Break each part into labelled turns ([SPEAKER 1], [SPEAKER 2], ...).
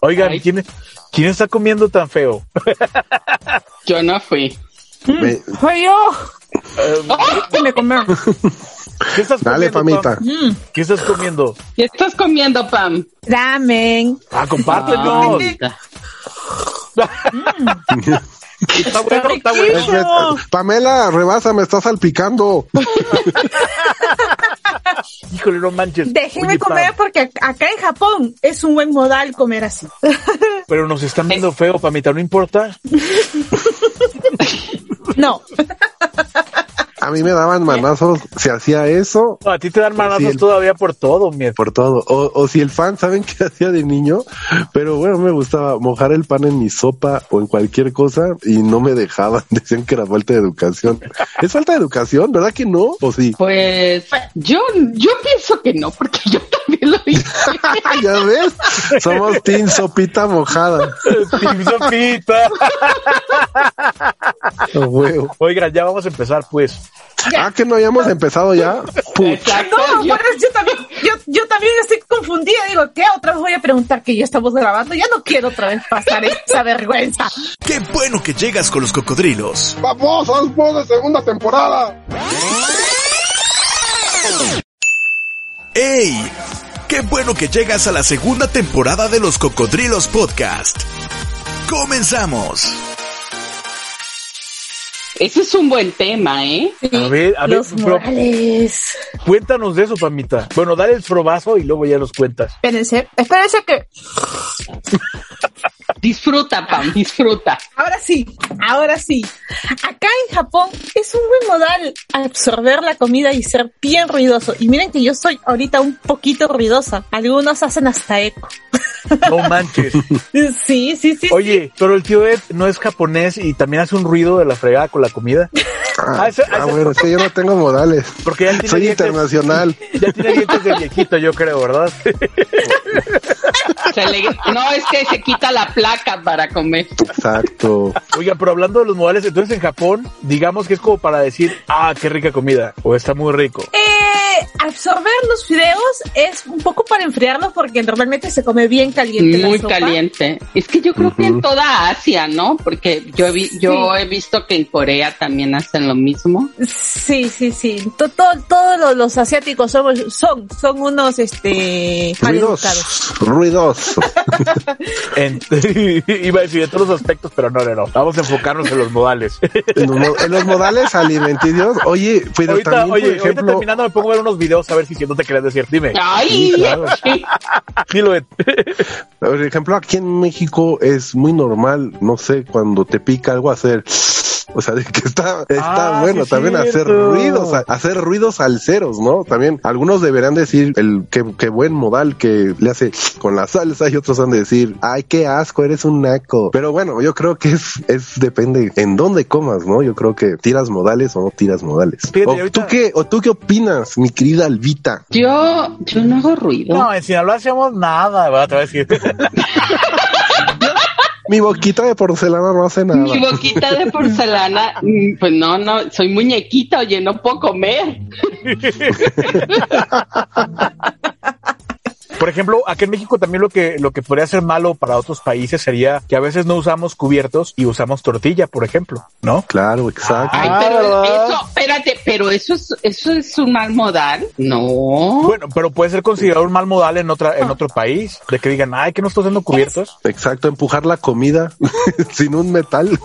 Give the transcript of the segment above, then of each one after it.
[SPEAKER 1] Oigan,
[SPEAKER 2] Ay.
[SPEAKER 1] ¿quién, ¿quién está comiendo tan feo?
[SPEAKER 2] Yo no fui.
[SPEAKER 3] Ve-
[SPEAKER 4] Soy yo.
[SPEAKER 1] Eh,
[SPEAKER 4] ¿Qué me comió?
[SPEAKER 1] ¿Qué estás
[SPEAKER 3] Dale,
[SPEAKER 1] comiendo,
[SPEAKER 3] famita.
[SPEAKER 1] Pam? ¿Qué estás comiendo?
[SPEAKER 2] ¿Qué estás comiendo, Pam?
[SPEAKER 4] Ramen.
[SPEAKER 1] Ah, compártenos.
[SPEAKER 2] Mamita.
[SPEAKER 1] Está bueno, está bueno.
[SPEAKER 3] Es que, Pamela, rebasa, me está salpicando.
[SPEAKER 1] Híjole, no manches.
[SPEAKER 4] Déjenme
[SPEAKER 1] Oye, Pam,
[SPEAKER 4] comer porque acá en Japón es un buen modal comer así. pues.
[SPEAKER 1] Pero nos están viendo feo, Pamita, no importa.
[SPEAKER 4] No,
[SPEAKER 3] A mí me daban manazos si hacía eso
[SPEAKER 1] No, a ti te dan manazos
[SPEAKER 3] Sí, el-
[SPEAKER 1] todavía por todo, mierda.
[SPEAKER 3] por todo. O, o si el fan, ¿saben qué hacía de niño? Pero bueno, me gustaba mojar el pan en mi sopa o en cualquier cosa y no me dejaban. Decían que era falta de educación. ¿Es falta de educación? ¿Verdad que no? ¿O sí?
[SPEAKER 2] Pues yo, yo pienso que no, porque yo también lo hice.
[SPEAKER 3] ya ves, somos team sopita mojada.
[SPEAKER 1] Team Sopita.
[SPEAKER 3] A huevo.
[SPEAKER 1] Oigan, ya vamos a empezar, pues.
[SPEAKER 3] Ah, que no habíamos empezado ya. Puch.
[SPEAKER 2] Exacto.
[SPEAKER 4] no,
[SPEAKER 2] yo-
[SPEAKER 4] bueno, yo también, yo, yo también estoy confundida. Digo, ¿qué otra vez voy a preguntar que ya estamos grabando? Ya no quiero otra vez pasar esa vergüenza.
[SPEAKER 5] Qué bueno que llegas con los cocodrilos.
[SPEAKER 3] Vamos, vamos de segunda temporada.
[SPEAKER 5] ¡Ey! ¡Qué bueno que llegas a la segunda temporada de los Cocodrilos Podcast! ¡Comenzamos!
[SPEAKER 2] Ese es un buen tema, ¿eh?
[SPEAKER 1] A ver, a ver,
[SPEAKER 4] Los
[SPEAKER 1] pero-
[SPEAKER 4] modales.
[SPEAKER 1] Cuéntanos de eso, Pamita. Bueno, dale el probazo y luego ya nos cuentas.
[SPEAKER 4] Espérense, espérense que
[SPEAKER 2] Disfruta, Pam, disfruta.
[SPEAKER 4] Ahora sí, ahora sí. Acá en Japón es un buen modal absorber la comida y ser bien ruidoso. Y miren que yo soy ahorita un poquito ruidosa. Algunos hacen hasta eco.
[SPEAKER 1] No manches.
[SPEAKER 4] Sí, sí, sí.
[SPEAKER 1] Oye, pero el tío Ed no es japonés y también hace un ruido de la fregada con la comida.
[SPEAKER 3] Ah,
[SPEAKER 1] Ah, ese-
[SPEAKER 3] ah,
[SPEAKER 1] ese-
[SPEAKER 3] bueno, es que yo no tengo modales.
[SPEAKER 1] Porque ya tiene
[SPEAKER 3] Soy
[SPEAKER 1] dientes-
[SPEAKER 3] internacional.
[SPEAKER 1] Ya tiene dientes de viejito, yo creo, ¿verdad?
[SPEAKER 2] Se le- No, es que se quita la placa para comer.
[SPEAKER 3] Exacto.
[SPEAKER 1] Oiga, pero hablando de los modales, entonces en Japón, digamos que es como para decir, ah, qué rica comida, o está muy rico.
[SPEAKER 4] Eh, absorber los fideos es un poco para enfriarlos porque normalmente se come bien caliente. la
[SPEAKER 2] Muy
[SPEAKER 4] sopa.
[SPEAKER 2] caliente. Es que yo creo que en toda Asia, ¿no? Porque yo, he vi- yo he visto que en Corea también hacen lo mismo.
[SPEAKER 4] Sí, sí, sí. To- to- todos los, los asiáticos son, son, son unos, este, maleducados.
[SPEAKER 3] Ruidoso. Ruidoso.
[SPEAKER 1] En- iba a decir de todos los aspectos, pero no, no, no. Vamos a enfocarnos en los modales.
[SPEAKER 3] En los, mo- en los modales alimenticios. Oye, pero
[SPEAKER 1] ahorita,
[SPEAKER 3] también,
[SPEAKER 1] oye,
[SPEAKER 3] por
[SPEAKER 1] ahorita
[SPEAKER 3] ejemplo,
[SPEAKER 1] terminando me pongo a ver unos videos a ver si, si no te querías decir. Dime,
[SPEAKER 2] ¡Ay!
[SPEAKER 3] claro.
[SPEAKER 2] sí.
[SPEAKER 1] dilo, Ed.
[SPEAKER 3] por ejemplo, aquí en México es muy normal, no sé, cuando te pica algo hacer. O sea, de que está, está
[SPEAKER 1] Ah,
[SPEAKER 3] bueno
[SPEAKER 1] sí,
[SPEAKER 3] también hacer
[SPEAKER 1] cierto.
[SPEAKER 3] ruidos, a- hacer ruidos salseros, ¿no? También algunos deberán decir el que, que buen modal que le hace con la salsa y otros han de decir, ay, qué asco, eres un naco. Pero bueno, yo creo que es, es depende en dónde comas, ¿no? Yo creo que tiras modales o no tiras modales.
[SPEAKER 1] Fíjate,
[SPEAKER 3] o,
[SPEAKER 1] ahorita-
[SPEAKER 3] ¿tú qué, ¿O tú qué opinas, mi querida Alvita?
[SPEAKER 2] Yo, yo no hago ruido.
[SPEAKER 1] No, en Sinaloa hacíamos nada, ¿verdad? Te voy a decir.
[SPEAKER 3] Mi boquita de porcelana no hace nada.
[SPEAKER 2] Mi boquita de porcelana, mm, pues no, no, soy muñequita, oye, no puedo comer.
[SPEAKER 1] Por ejemplo, aquí en México también lo que, lo que podría ser malo para otros países sería que a veces no usamos cubiertos y usamos tortilla, por ejemplo, ¿no?
[SPEAKER 3] Claro, exacto.
[SPEAKER 2] Ay,
[SPEAKER 1] Ah,
[SPEAKER 2] pero
[SPEAKER 1] ¿verdad?
[SPEAKER 2] eso, espérate, pero eso es, eso es un mal modal. No.
[SPEAKER 1] Bueno, pero puede ser considerado un mal modal en otra, en otro país, de que digan, ay, que no estoy usando cubiertos.
[SPEAKER 3] Exacto, empujar la comida sin un metal.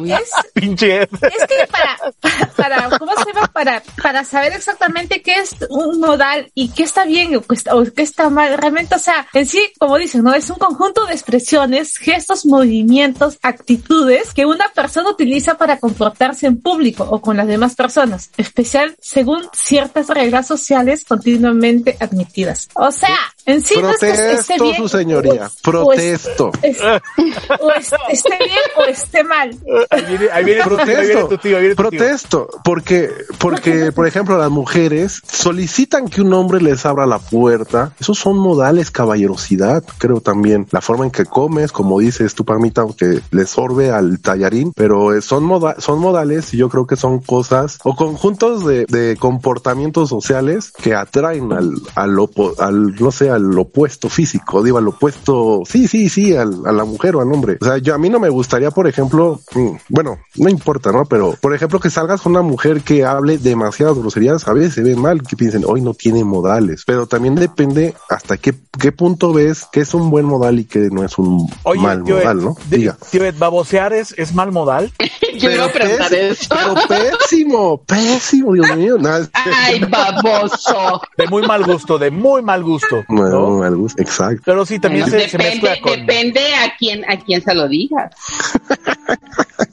[SPEAKER 2] Uy,
[SPEAKER 4] Es,
[SPEAKER 1] Pinche. Ed.
[SPEAKER 4] es que para, para, ¿cómo se llama? Para, para saber exactamente qué es un modal y qué está bien o qué está, o qué está mal. Realmente, o sea, en sí, como dicen, ¿no? Es un conjunto de expresiones, gestos, movimientos, actitudes que una persona utiliza para comportarse en público o con las demás personas, especial según ciertas reglas sociales continuamente admitidas. O sea, en sí no es que esté
[SPEAKER 3] Protesto,
[SPEAKER 4] bien
[SPEAKER 3] su señoría.
[SPEAKER 1] Pues,
[SPEAKER 4] o- o es-
[SPEAKER 3] Protesto.
[SPEAKER 4] es- o es- esté bien o esté mal.
[SPEAKER 1] Ahí viene, ahí viene tu tío, ahí viene tu
[SPEAKER 3] Protesto,
[SPEAKER 1] tío, ahí viene tu tío.
[SPEAKER 3] protesto, porque, porque, por ejemplo, las mujeres solicitan que un hombre les abra la puerta. Esos son modales caballerosidad, creo también. La forma en que comes, como dices tú, Parmita, que le sorbe al tallarín, pero eh, son, moda son modales y yo creo que son cosas o conjuntos de, de comportamientos sociales que atraen al, al, opo- al, no sé, al opuesto físico, digo, al opuesto, sí, sí, sí, al, a la mujer o al hombre. O sea, yo a mí no me gustaría, por ejemplo, mm, bueno, no importa, ¿no? Pero, por ejemplo, que salgas con una mujer que hable demasiadas groserías, a veces se ve mal, que piensen, hoy no tiene modales, pero también depende hasta qué, qué punto ves que es un buen modal y que no es un
[SPEAKER 1] Oye, eh,
[SPEAKER 3] mal
[SPEAKER 1] tío Ed,
[SPEAKER 3] modal, ¿no?
[SPEAKER 1] di-
[SPEAKER 3] Diga.
[SPEAKER 1] tío Ed, babosear es, es mal modal.
[SPEAKER 2] Yo iba a preguntar
[SPEAKER 3] pés-
[SPEAKER 2] eso.
[SPEAKER 3] pero pésimo, pésimo, Dios mío. No, es-
[SPEAKER 2] Ay, baboso.
[SPEAKER 1] De muy mal gusto, de muy mal gusto.
[SPEAKER 3] no,
[SPEAKER 1] ¿no?
[SPEAKER 3] no, algo- exacto.
[SPEAKER 1] Pero sí, también
[SPEAKER 2] Bueno,
[SPEAKER 1] se, se mezcla
[SPEAKER 2] depende,
[SPEAKER 1] con...
[SPEAKER 2] depende a quién, a quién se lo digas.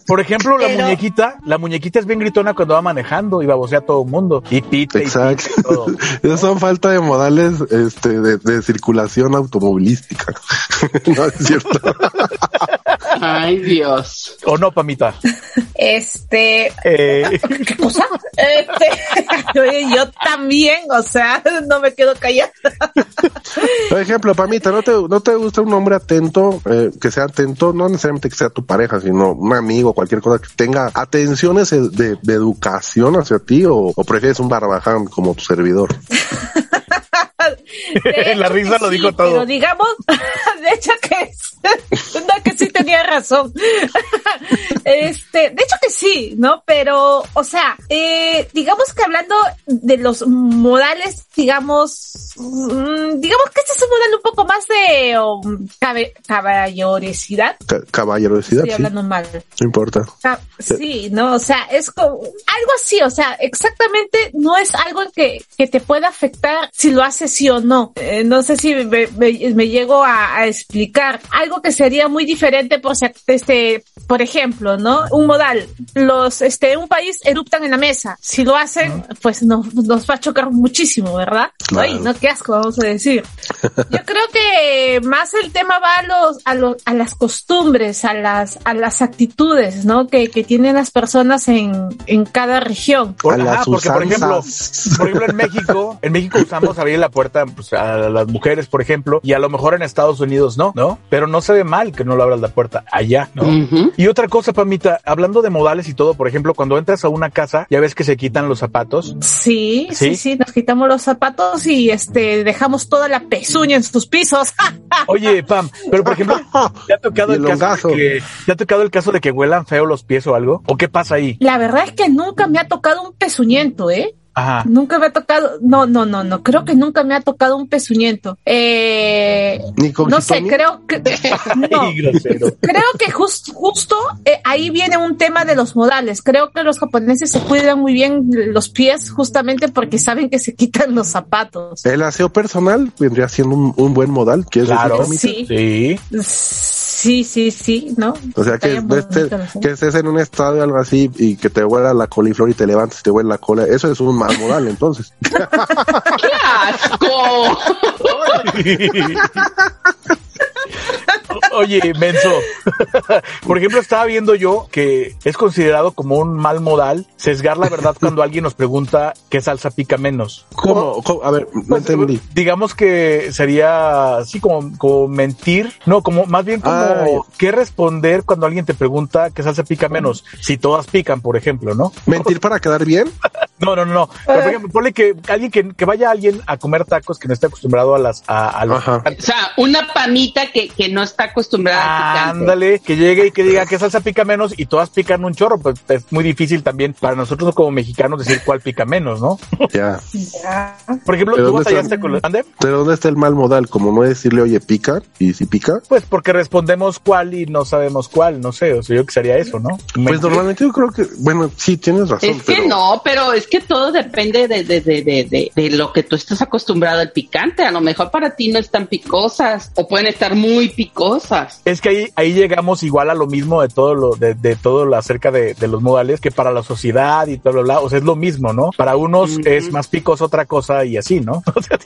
[SPEAKER 1] Por ejemplo, la
[SPEAKER 4] Pero-
[SPEAKER 1] muñequita, la muñequita es bien gritona cuando va manejando y babosea a todo el mundo. Y pita y pita
[SPEAKER 3] Exacto.
[SPEAKER 1] y todo.
[SPEAKER 3] Esas son falta de modales este, de, de circulación automovilística. no es cierto.
[SPEAKER 2] Ay, Dios.
[SPEAKER 1] ¿O no, Pamita?
[SPEAKER 4] Este,
[SPEAKER 1] Eh,
[SPEAKER 4] ¿qué cosa? Este, oye, yo también, o sea, no me quedo callada.
[SPEAKER 3] Por ejemplo, Pamita, ¿no te, ¿no te gusta un hombre atento? eh, que sea atento, no necesariamente que sea tu pareja, sino un amigo, cualquier cosa que tenga atenciones eh, de, de educación hacia ti o, o prefieres un barbaján como tu servidor.
[SPEAKER 4] De
[SPEAKER 1] La
[SPEAKER 4] hecho
[SPEAKER 1] risa
[SPEAKER 4] que
[SPEAKER 1] lo
[SPEAKER 4] sí,
[SPEAKER 1] dijo todo.
[SPEAKER 4] Pero digamos, de hecho que, no, que sí tenía razón. Este, de hecho que sí, ¿no? Pero, o sea, eh, digamos que hablando de los modales, digamos, mm, digamos que este es un modal un poco más de um, cabe- caballerosidad.
[SPEAKER 3] Ca- caballerosidad,
[SPEAKER 4] Estoy
[SPEAKER 3] sí,
[SPEAKER 4] hablando mal.
[SPEAKER 3] no importa.
[SPEAKER 4] Ca- Ah, Sí, no, o sea, es como algo así, o sea, exactamente no es algo que, que te pueda afectar si lo haces sí o no. Eh, no sé si me, me- me llego a, a explicar. Algo que sería muy diferente, por, si- este, por ejemplo, ¿no? Un modal. Los, este, un país eruptan en la mesa. Si lo hacen, pues no- nos va a chocar muchísimo, ¿verdad?
[SPEAKER 3] Claro.
[SPEAKER 4] Ay, no, qué asco, vamos a decir. Yo creo que más el tema va a, los, a, los, a las costumbres, a las, a las actitudes, ¿no? Que, que tienen las personas en, en cada región.
[SPEAKER 1] por-
[SPEAKER 3] A
[SPEAKER 1] ajá,
[SPEAKER 3] las
[SPEAKER 1] porque, por ejemplo,
[SPEAKER 3] usanzas.
[SPEAKER 1] por ejemplo, en México, en México usamos abrir la puerta pues, a las mujeres, por ejemplo, y a lo mejor en Estados Unidos no, ¿no? Pero no se ve mal que no lo abras la puerta allá, ¿no?
[SPEAKER 2] Ujú.
[SPEAKER 1] Y otra cosa, Pamita, hablando de modales y todo, por ejemplo, cuando entras a una casa, ya ves que se quitan los zapatos.
[SPEAKER 4] Sí, sí,
[SPEAKER 1] ¿Sí?
[SPEAKER 4] sí, nos quitamos los zapatos y este dejamos toda la pezuña en sus pisos.
[SPEAKER 1] Oye, Pam, pero por ejemplo, ¿te ha tocado
[SPEAKER 3] Y
[SPEAKER 1] el,
[SPEAKER 3] el
[SPEAKER 1] caso
[SPEAKER 3] hongazo.
[SPEAKER 1] de que, ¿te ha tocado el caso de que huelan feo los pies o algo? ¿O qué pasa ahí?
[SPEAKER 4] La verdad es que nunca me ha tocado un pezuñento, ¿eh?
[SPEAKER 1] Ajá.
[SPEAKER 4] Nunca me ha tocado, no, no, no, no, creo que nunca me ha tocado un pezuñento. Eh,
[SPEAKER 3] Ni con
[SPEAKER 4] no sé,
[SPEAKER 3] Jitomi.
[SPEAKER 4] creo que... no.
[SPEAKER 1] Ay, grosero.
[SPEAKER 4] Creo que jus- justo eh, ahí viene un tema de los modales. Creo que los japoneses se cuidan muy bien los pies justamente porque saben que se quitan los zapatos.
[SPEAKER 3] El aseo personal vendría siendo un, un buen modal, que es
[SPEAKER 1] Claro.
[SPEAKER 4] Sí,
[SPEAKER 1] Sí.
[SPEAKER 4] sí, sí, sí, ¿no?
[SPEAKER 3] O sea, que,
[SPEAKER 4] Estaría muy
[SPEAKER 3] estés-
[SPEAKER 4] bonito, ¿no?
[SPEAKER 3] que estés en un estadio o algo así y que te huela la coliflor y te levantes y te huele la cola. Eso es un mal modal, entonces.
[SPEAKER 2] ¡Qué asco!
[SPEAKER 1] O- Oye, menso. Por ejemplo, estaba viendo yo que es considerado como un mal modal sesgar la verdad cuando alguien nos pregunta qué salsa pica menos.
[SPEAKER 3] ¿Cómo? ¿Cómo? A ver, no
[SPEAKER 1] Pues,
[SPEAKER 3] entendí.
[SPEAKER 1] Digamos que sería así como, como mentir, no, como más bien como
[SPEAKER 3] Ah, ya.
[SPEAKER 1] qué responder cuando alguien te pregunta qué salsa pica menos, si todas pican, por ejemplo, ¿no?
[SPEAKER 3] ¿Mentir para quedar bien?
[SPEAKER 1] No, no, no, no. Pero, por ejemplo, ponle que alguien que, que vaya alguien a comer tacos que no esté acostumbrado a las a, a los
[SPEAKER 3] Ajá.
[SPEAKER 2] O sea, una pamita que, que no está acostumbrada a picante.
[SPEAKER 1] Ándale, que llegue y que diga que salsa pica menos y todas pican un chorro, pues es muy difícil también para nosotros como mexicanos decir cuál pica menos, ¿no?
[SPEAKER 3] Ya.
[SPEAKER 4] Ya.
[SPEAKER 1] Por ejemplo,
[SPEAKER 3] ¿Pero
[SPEAKER 1] tú
[SPEAKER 3] dónde
[SPEAKER 1] batallaste
[SPEAKER 3] está?
[SPEAKER 1] con los... ¿Ande?
[SPEAKER 3] ¿Pero dónde está el mal modal? Como no decirle, oye, pica, y si pica.
[SPEAKER 1] Pues porque respondemos cuál y no sabemos cuál, no sé, o sea, yo que sería eso, ¿no? Me-
[SPEAKER 3] Pues normalmente yo creo que, bueno, sí, tienes razón.
[SPEAKER 2] Es que
[SPEAKER 3] pero-
[SPEAKER 2] no, pero es que todo depende de, de, de, de, de, de lo que tú estás acostumbrado al picante. A lo mejor para ti no están picosas o pueden estar muy picosas.
[SPEAKER 1] Es que ahí, ahí llegamos igual a lo mismo de todo lo, de, de todo lo acerca de, de los modales que para la sociedad y bla, bla, bla. O sea, es lo mismo, ¿no? Para unos
[SPEAKER 2] Ujú.
[SPEAKER 1] es más picos otra cosa y así, ¿no? O sea,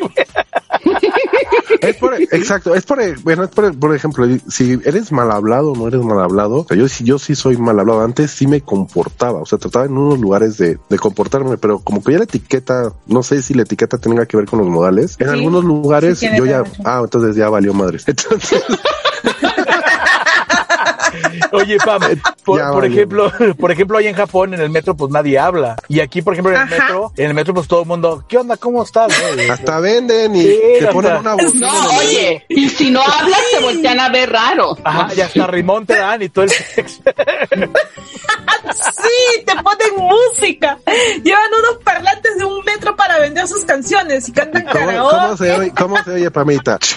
[SPEAKER 3] Es por, e-, exacto, es por, bueno, es por, e-, por ejemplo, si eres mal hablado o no eres mal hablado, o sea, yo, sí- yo sí soy mal hablado, antes sí me comportaba, o sea, trataba en unos lugares de, de comportarme, pero como que ya la etiqueta, no sé si la etiqueta tenga que ver con los modales, en
[SPEAKER 4] Sí,
[SPEAKER 3] algunos lugares
[SPEAKER 4] sí tiene
[SPEAKER 3] yo
[SPEAKER 4] que
[SPEAKER 3] ya,
[SPEAKER 4] ver.
[SPEAKER 3] ah, entonces ya valió madres. Entonces,
[SPEAKER 1] Oye, Pam, por,
[SPEAKER 3] Ya
[SPEAKER 1] por
[SPEAKER 3] valió.
[SPEAKER 1] ejemplo, por ejemplo, ahí en Japón, en el metro, pues nadie habla. Y aquí, por ejemplo, en el
[SPEAKER 4] Ajá.
[SPEAKER 1] metro, en el metro, pues todo el mundo, ¿qué onda? ¿Cómo estás? güey?"
[SPEAKER 3] hasta venden y
[SPEAKER 1] Sí,
[SPEAKER 3] te
[SPEAKER 1] o
[SPEAKER 3] ponen
[SPEAKER 1] sea,
[SPEAKER 3] una botella
[SPEAKER 2] No,
[SPEAKER 3] de-
[SPEAKER 2] oye, y si no hablas, te voltean a ver raro.
[SPEAKER 1] Ajá, y hasta rimón te dan y todo el sexo.
[SPEAKER 4] Sí, te ponen música. Llevan unos parlantes de un metro para vender sus canciones y cantan
[SPEAKER 3] ¿Cómo, cómo
[SPEAKER 4] karaoke.
[SPEAKER 3] se oye, cómo se oye, Pamita?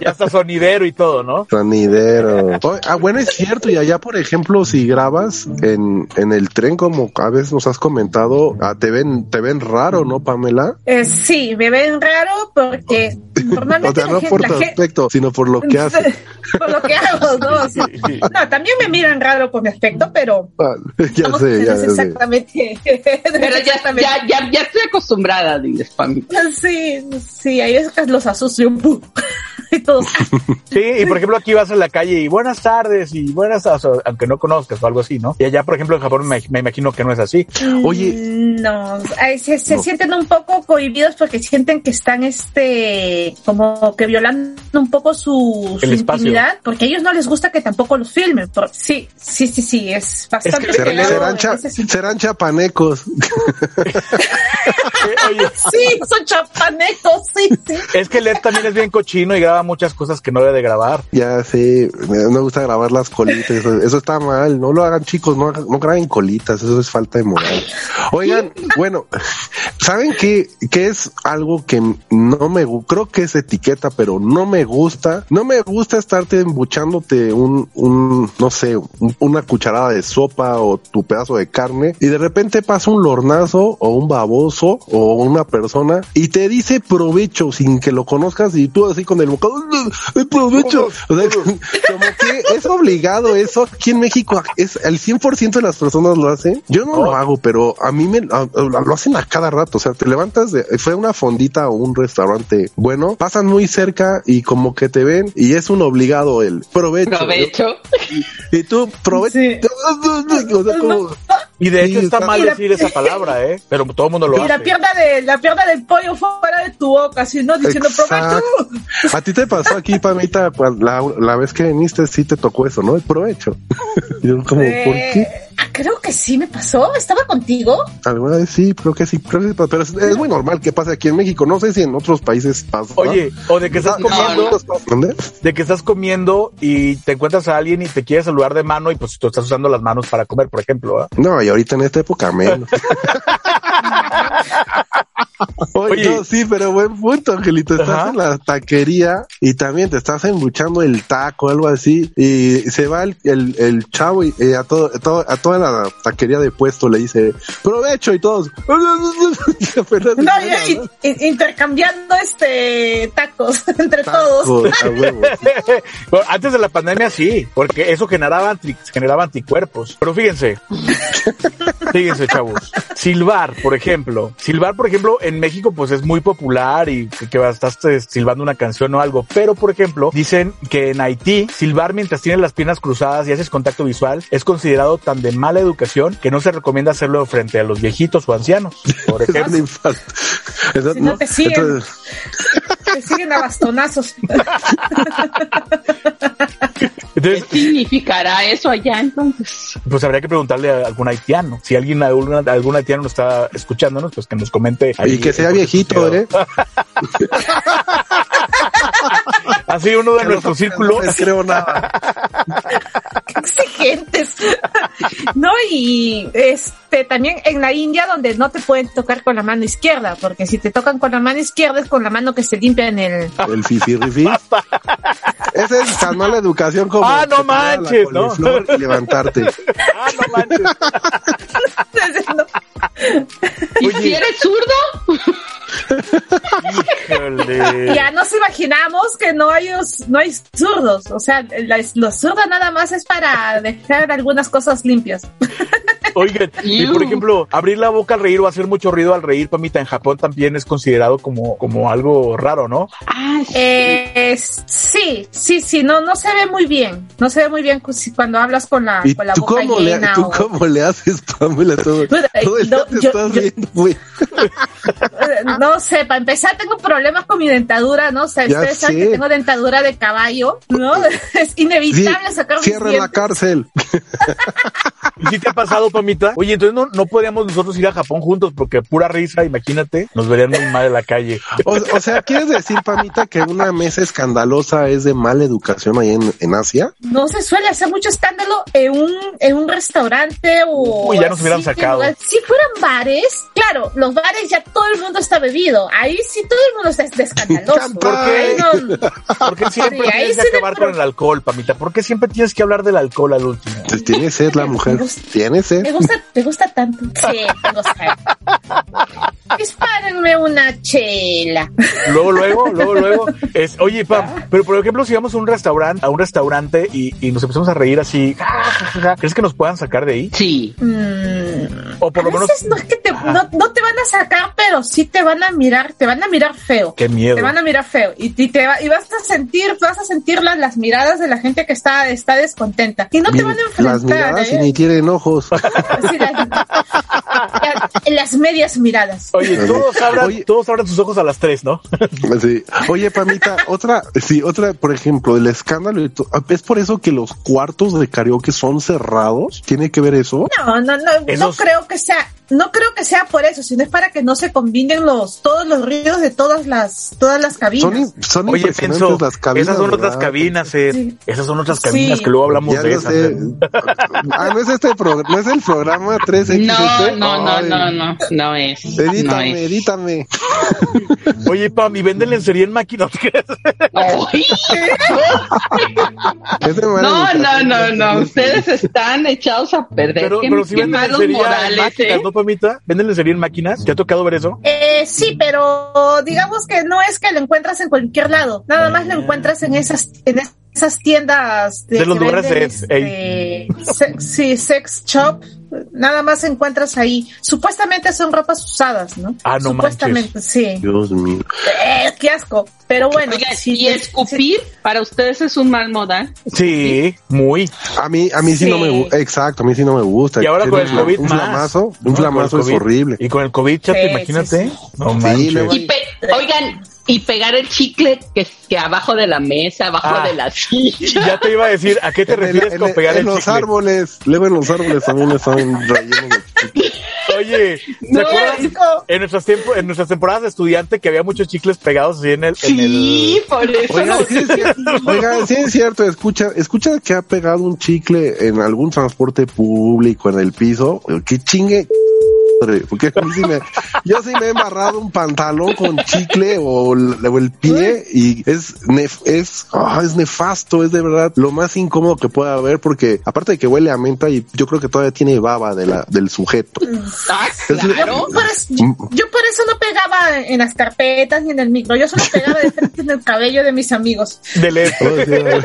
[SPEAKER 1] Y hasta sonidero y todo, ¿no?
[SPEAKER 3] Sonidero. Oye, Ah, bueno, es cierto. Y allá, por ejemplo, si grabas en, en el tren, como a veces nos has comentado, ah, te ven, te ven raro, ¿no, Pamela?
[SPEAKER 4] Eh, sí, me ven raro porque
[SPEAKER 3] O
[SPEAKER 4] normalmente
[SPEAKER 3] sea,
[SPEAKER 4] la
[SPEAKER 3] no
[SPEAKER 4] gente-
[SPEAKER 3] por
[SPEAKER 4] la
[SPEAKER 3] tu
[SPEAKER 4] gente-
[SPEAKER 3] aspecto, sino por lo que haces.
[SPEAKER 4] por lo que hago, ¿no? O sea, no, también me miran raro por mi aspecto, pero
[SPEAKER 3] Ah, ya
[SPEAKER 4] no
[SPEAKER 3] sé, ya
[SPEAKER 4] es
[SPEAKER 3] sé.
[SPEAKER 4] exactamente.
[SPEAKER 2] Pero ya,
[SPEAKER 4] exactamente.
[SPEAKER 2] ya, ya, ya estoy acostumbrada, diles, Pam.
[SPEAKER 4] Sí, sí, ahí es que los asusto y un pu. Y todos.
[SPEAKER 1] Sí, y por ejemplo, aquí vas a la calle y buenas tardes y buenas, o sea, aunque no conozcas o algo así, ¿no? Y allá, por ejemplo, en Japón me, me imagino que no es así.
[SPEAKER 3] Oye.
[SPEAKER 4] No, ay, se, se
[SPEAKER 3] No.
[SPEAKER 4] sienten un poco cohibidos porque sienten que están, este, como que violando un poco su, su
[SPEAKER 1] El espacio.
[SPEAKER 4] intimidad, porque a ellos no les gusta que tampoco los filmen. por- sí, sí, sí, sí, es bastante
[SPEAKER 1] que-
[SPEAKER 3] Serán,
[SPEAKER 4] pelado
[SPEAKER 3] serán, cha-
[SPEAKER 4] en ese sentido.
[SPEAKER 3] serán chapanecos.
[SPEAKER 1] Eh, Oye,
[SPEAKER 4] Sí, son chapanecos, sí, sí.
[SPEAKER 1] es que Led también es bien cochino y graba muchas cosas que no debe de grabar.
[SPEAKER 3] Ya sé, me, me gusta grabar las colitas. Eso, eso está mal. No lo hagan, chicos. No, hagan- no graben colitas. Eso es falta de moral. Oigan, bueno, ¿saben qué, qué es algo que no me gu- Creo que es etiqueta, pero no me gusta. No me gusta estarte embuchándote un, un no sé, un- una cucharada de sopa o tu pedazo de carne y de repente pasa un lornazo o un baboso o una persona y te dice provecho sin que lo conozcas y tú así con el bocado, "Eh, provecho. O sea, como que es obligado eso. Aquí en México es el 100% de las personas lo hacen. Yo no lo hago, pero a mí me a- a- lo hacen a cada rato. O sea, te levantas de fue a una fondita o un restaurante bueno, pasan muy cerca y como que te ven y es un obligado el provecho.
[SPEAKER 2] Provecho.
[SPEAKER 3] Y tú provecho.
[SPEAKER 4] Sí.
[SPEAKER 3] O sea, como-
[SPEAKER 1] Y de hecho
[SPEAKER 3] Sí,
[SPEAKER 1] está
[SPEAKER 3] está-
[SPEAKER 1] mal
[SPEAKER 4] Y la-
[SPEAKER 1] decir esa palabra, ¿eh? Pero todo el mundo lo
[SPEAKER 4] Y la
[SPEAKER 1] hace.
[SPEAKER 4] pierna, de, la pierna del pollo fuera de tu boca, así, ¿no? Diciendo,
[SPEAKER 3] Exacto.
[SPEAKER 4] provecho.
[SPEAKER 3] A ti te pasó aquí, Pamita, cuando- la, la vez que viniste, sí te tocó eso, ¿no? El provecho. Yo como, ¿por qué?
[SPEAKER 4] Eh, ah, creo que sí me pasó. ¿Estaba contigo?
[SPEAKER 3] Alguna vez sí, creo que sí, creo que sí, pero es, es muy normal que pase aquí en México. No sé si en otros países pasa.
[SPEAKER 1] Oye, o de que estás
[SPEAKER 3] No,
[SPEAKER 1] comiendo,
[SPEAKER 3] no. ¿Dónde?
[SPEAKER 1] de que estás comiendo y te encuentras a alguien y te quieres saludar de mano y pues tú estás usando las manos para comer, por ejemplo. ¿ah?
[SPEAKER 3] No, y ahorita en esta época menos. Oye,
[SPEAKER 1] Oye.
[SPEAKER 3] no, sí, pero buen punto, Angelito. Estás
[SPEAKER 1] Ajá.
[SPEAKER 3] en la taquería y también te estás embuchando el taco, algo así, y se va el, el, el chavo y, eh, a, todo, todo- a toda la taquería de puesto le dice, provecho y todos. y apenas
[SPEAKER 4] No,
[SPEAKER 3] se
[SPEAKER 4] y-
[SPEAKER 3] van,
[SPEAKER 4] y- y- intercambiando este tacos entre todos.
[SPEAKER 3] Tacos, a huevo.
[SPEAKER 1] Bueno, antes de la pandemia sí, porque eso generaba, anti- generaba anticuerpos. Pero fíjense, fíjense, chavos. Silbar, por ejemplo. Silbar, por ejemplo, en México, pues es muy popular y que, que estás eh, silbando una canción o algo. Pero, por ejemplo, dicen que en Haití, silbar mientras tienes las piernas cruzadas y haces contacto visual es considerado tan de mala educación que no se recomienda hacerlo frente a los viejitos o ancianos. Por
[SPEAKER 3] Es
[SPEAKER 1] ejemplo.
[SPEAKER 3] un infarto. Entonces,
[SPEAKER 4] Si no te siguen.
[SPEAKER 3] entonces-
[SPEAKER 4] Te siguen a bastonazos.
[SPEAKER 2] ¿Qué
[SPEAKER 1] Entonces,
[SPEAKER 4] Este
[SPEAKER 2] significará eso allá entonces?
[SPEAKER 1] pues habría que preguntarle a algún haitiano. Si alguien, algún, algún haitiano nos está escuchándonos, pues que nos comente.
[SPEAKER 3] y
[SPEAKER 1] ahí
[SPEAKER 3] que sea
[SPEAKER 1] el
[SPEAKER 3] viejito,
[SPEAKER 1] contexto.
[SPEAKER 3] ¿eh?
[SPEAKER 1] Así Ah, uno de
[SPEAKER 3] Que
[SPEAKER 1] nuestro
[SPEAKER 3] no-
[SPEAKER 1] círculo.
[SPEAKER 3] No les creo nada.
[SPEAKER 4] Qué exigentes. No, y este también en la India donde no te pueden tocar con la mano izquierda, porque si te tocan con la mano izquierda es con la mano que se limpia en el
[SPEAKER 3] El fifirrifi. Esa es tan mala educación como.
[SPEAKER 1] Ah, no
[SPEAKER 3] te pegar a la
[SPEAKER 1] manches, ¿no?
[SPEAKER 3] coliflor y levantarte.
[SPEAKER 1] Ah, no manches.
[SPEAKER 2] ¿Y
[SPEAKER 1] Oye.
[SPEAKER 2] si eres zurdo?
[SPEAKER 1] Híjole.
[SPEAKER 4] Ya nos imaginamos que no hay, os- no hay zurdos. O sea, la- los zurdos nada más es para dejar algunas cosas limpias.
[SPEAKER 1] Oigan, y por
[SPEAKER 2] Iu.
[SPEAKER 1] ejemplo, abrir la boca al reír o hacer mucho ruido al reír, Pamita, en Japón también es considerado como, como algo raro, ¿no?
[SPEAKER 2] Ah, sí.
[SPEAKER 4] Eh, sí, sí, sí, no, no se ve muy bien. No se ve muy bien cu- si- cuando hablas con la,
[SPEAKER 3] ¿Y
[SPEAKER 4] con la
[SPEAKER 3] tú
[SPEAKER 4] boca
[SPEAKER 3] cómo, le,
[SPEAKER 4] llena.
[SPEAKER 3] tú
[SPEAKER 4] o-
[SPEAKER 3] cómo le haces, Pamela? Todo,
[SPEAKER 4] Puta,
[SPEAKER 3] todo el día
[SPEAKER 4] no,
[SPEAKER 3] te
[SPEAKER 4] yo-
[SPEAKER 3] estás
[SPEAKER 4] yo-
[SPEAKER 3] riendo, güey.
[SPEAKER 4] Eh, No sé, para empezar tengo problemas con mi dentadura, ¿no? O sea,
[SPEAKER 3] Ya
[SPEAKER 4] ustedes saben
[SPEAKER 3] sé.
[SPEAKER 4] que tengo dentadura de caballo, ¿no? Es
[SPEAKER 3] Sí,
[SPEAKER 4] inevitable sacar mis
[SPEAKER 3] cierra la
[SPEAKER 4] dientes.
[SPEAKER 3] cárcel.
[SPEAKER 1] ¿Y si te ha pasado, Pamita? Oye, entonces no, no podríamos nosotros ir a Japón juntos porque pura risa, imagínate, nos verían muy mal en la calle.
[SPEAKER 3] O, o sea, ¿quieres decir, Pamita, que una mesa escandalosa es de mala educación ahí en, en Asia?
[SPEAKER 4] No se suele hacer mucho escándalo en un, en un restaurante o.
[SPEAKER 1] Uy, ya nos hubieran
[SPEAKER 4] así, en
[SPEAKER 1] sacado.
[SPEAKER 4] lugar- Si fueran bares, claro, los bares ya todo el mundo está bebido. Ahí sí todo el mundo está de escandaloso.
[SPEAKER 3] ¿Por
[SPEAKER 1] qué?
[SPEAKER 4] Ahí no-
[SPEAKER 1] Porque siempre
[SPEAKER 4] Sí, ahí
[SPEAKER 1] tienes que
[SPEAKER 4] sí me
[SPEAKER 1] acabar
[SPEAKER 4] pro-
[SPEAKER 1] con el alcohol, Pamita. ¿Por qué siempre tienes que hablar del alcohol al último?
[SPEAKER 3] Pues Tiene sed la mujer. Tiene sed.
[SPEAKER 4] Me gusta, me gusta tanto. ¿Eh? Sí, me gusta. Dispárenme una chela.
[SPEAKER 1] Luego, luego, luego, luego. Es, oye, Pam, pero por ejemplo, si vamos a un restaurante, a un restaurante y, y nos empezamos a reír así, ja, ja, ja, ja, ¿crees que nos puedan sacar de ahí?
[SPEAKER 2] Sí.
[SPEAKER 4] Mm,
[SPEAKER 1] O por lo
[SPEAKER 4] a
[SPEAKER 1] menos, Ah.
[SPEAKER 4] veces no es que te,
[SPEAKER 1] Ajá.
[SPEAKER 4] no, no te van a sacar, pero sí te van a mirar, te van a mirar feo.
[SPEAKER 1] qué miedo.
[SPEAKER 4] Te van a mirar feo y, y te va- y vas a sentir, vas a sentir las, las miradas de la gente que está, está descontenta y no te
[SPEAKER 3] Mira,
[SPEAKER 4] van a
[SPEAKER 3] Las
[SPEAKER 4] enfrentar.
[SPEAKER 3] miradas y
[SPEAKER 4] ¿eh?
[SPEAKER 3] ni tienen ojos.
[SPEAKER 4] Así las, la- las medias miradas.
[SPEAKER 1] Oye, todos abran,
[SPEAKER 3] Oye.
[SPEAKER 1] todos abran sus ojos a las tres, ¿no?
[SPEAKER 3] Sí. Oye, Pamita, otra, sí, otra, por ejemplo, el escándalo. y to- ¿Es por eso que los cuartos de karaoke son cerrados? ¿Tiene que ver eso?
[SPEAKER 4] No, no, no, no
[SPEAKER 1] Esos-
[SPEAKER 4] creo que sea, no creo que sea por eso, sino es para que no se combinen los, todos los ruidos de todas las, todas las
[SPEAKER 3] Son,
[SPEAKER 4] cabinas.
[SPEAKER 3] in- son
[SPEAKER 1] Oye,
[SPEAKER 3] impresionantes
[SPEAKER 1] pienso,
[SPEAKER 3] las cabinas.
[SPEAKER 1] esas son
[SPEAKER 3] ¿verdad?
[SPEAKER 1] otras cabinas, Ed.
[SPEAKER 4] Sí.
[SPEAKER 1] Esas son otras
[SPEAKER 4] Sí.
[SPEAKER 1] cabinas que luego hablamos
[SPEAKER 3] Ya
[SPEAKER 1] de
[SPEAKER 3] lo
[SPEAKER 1] esas. ¿eh?
[SPEAKER 3] sé.
[SPEAKER 1] Ed.
[SPEAKER 3] Ah, no es este programa, no es el programa 3X.
[SPEAKER 2] No,
[SPEAKER 3] este?
[SPEAKER 2] no, no,
[SPEAKER 3] Ay,
[SPEAKER 2] no, no, no es. No
[SPEAKER 3] Edítame,
[SPEAKER 2] es.
[SPEAKER 3] edítame.
[SPEAKER 1] Oye, Pam, y venden lencería en máquina. ¿no crees?
[SPEAKER 2] Ay,
[SPEAKER 3] Es de mala
[SPEAKER 2] No, no,
[SPEAKER 3] educación.
[SPEAKER 2] no, no. Ustedes están echados a perder.
[SPEAKER 1] Pero,
[SPEAKER 2] qué
[SPEAKER 1] pero si
[SPEAKER 2] qué
[SPEAKER 1] venden
[SPEAKER 2] malos
[SPEAKER 1] lencería en
[SPEAKER 2] modales,
[SPEAKER 1] máquinas,
[SPEAKER 2] ¿eh?
[SPEAKER 1] ¿no, Pamita? ¿Venden lencería en máquinas? ¿Te ha tocado ver eso?
[SPEAKER 4] Eh, sí, pero digamos que no es que lo encuentras en cualquier lado, nada más lo
[SPEAKER 2] Ah.
[SPEAKER 4] encuentras en esas, en esas tiendas
[SPEAKER 1] De los
[SPEAKER 4] que
[SPEAKER 1] lugares
[SPEAKER 4] venden,
[SPEAKER 1] de-
[SPEAKER 4] este, se- sí, sex shop, nada más encuentras ahí. Supuestamente son ropas usadas, ¿no?
[SPEAKER 1] Ah, no
[SPEAKER 4] Supuestamente, sí.
[SPEAKER 3] Dios mío.
[SPEAKER 4] Eh, qué asco. Pero bueno,
[SPEAKER 2] Oigan,
[SPEAKER 4] sí,
[SPEAKER 2] y escupir para ustedes es un mal modal.
[SPEAKER 1] Sí, muy.
[SPEAKER 3] A mí, a mí sí,
[SPEAKER 4] Sí.
[SPEAKER 3] no me gusta. Exacto, a mí sí no me gusta.
[SPEAKER 1] Y ahora con el
[SPEAKER 3] Tiene
[SPEAKER 1] COVID
[SPEAKER 3] Un
[SPEAKER 1] más.
[SPEAKER 3] flamazo,
[SPEAKER 1] ¿No?
[SPEAKER 3] un flamazo
[SPEAKER 1] Con el
[SPEAKER 3] es
[SPEAKER 1] COVID.
[SPEAKER 3] horrible.
[SPEAKER 1] Y con el COVID, chat,
[SPEAKER 4] Sí,
[SPEAKER 1] imagínate.
[SPEAKER 4] sí, sí.
[SPEAKER 1] No
[SPEAKER 3] Sí,
[SPEAKER 1] manches.
[SPEAKER 3] luego-
[SPEAKER 2] Y pe- oigan, y pegar el chicle que, que abajo de la mesa, abajo
[SPEAKER 1] Ah.
[SPEAKER 2] de la silla.
[SPEAKER 1] Ya te iba a decir, ¿a qué te
[SPEAKER 3] En el-
[SPEAKER 1] refieres
[SPEAKER 3] en
[SPEAKER 1] con
[SPEAKER 3] el-
[SPEAKER 1] pegar
[SPEAKER 3] en
[SPEAKER 1] el
[SPEAKER 3] los
[SPEAKER 1] chicle?
[SPEAKER 3] árboles, luego en los árboles también están rellenos de chicle.
[SPEAKER 1] Oye, ¿se
[SPEAKER 2] No,
[SPEAKER 1] acuerdan?
[SPEAKER 4] asco.
[SPEAKER 1] En nuestras, tiempo- en nuestras temporadas de estudiante que había muchos chicles pegados así en el... en
[SPEAKER 2] Sí, por eso.
[SPEAKER 3] Oiga,
[SPEAKER 2] no-
[SPEAKER 3] sí, es cierto. Oiga, sí es cierto, escucha, escucha que ha pegado un chicle en algún transporte público en el piso, que chingue madre, porque a mí sí me- yo sí me he embarrado un pantalón con chicle o, el- o el pie y es nef- es ah, es nefasto, es de verdad lo más incómodo que pueda haber porque aparte de que huele a menta y yo creo que todavía tiene baba de la del sujeto.
[SPEAKER 2] Ah,
[SPEAKER 3] Es lo-
[SPEAKER 2] claro.
[SPEAKER 4] Yo por, eso, yo, yo por eso no pegaba en las carpetas ni en el micro, yo solo pegaba de frente en el cabello de mis amigos.
[SPEAKER 1] el- del este.
[SPEAKER 3] O sea,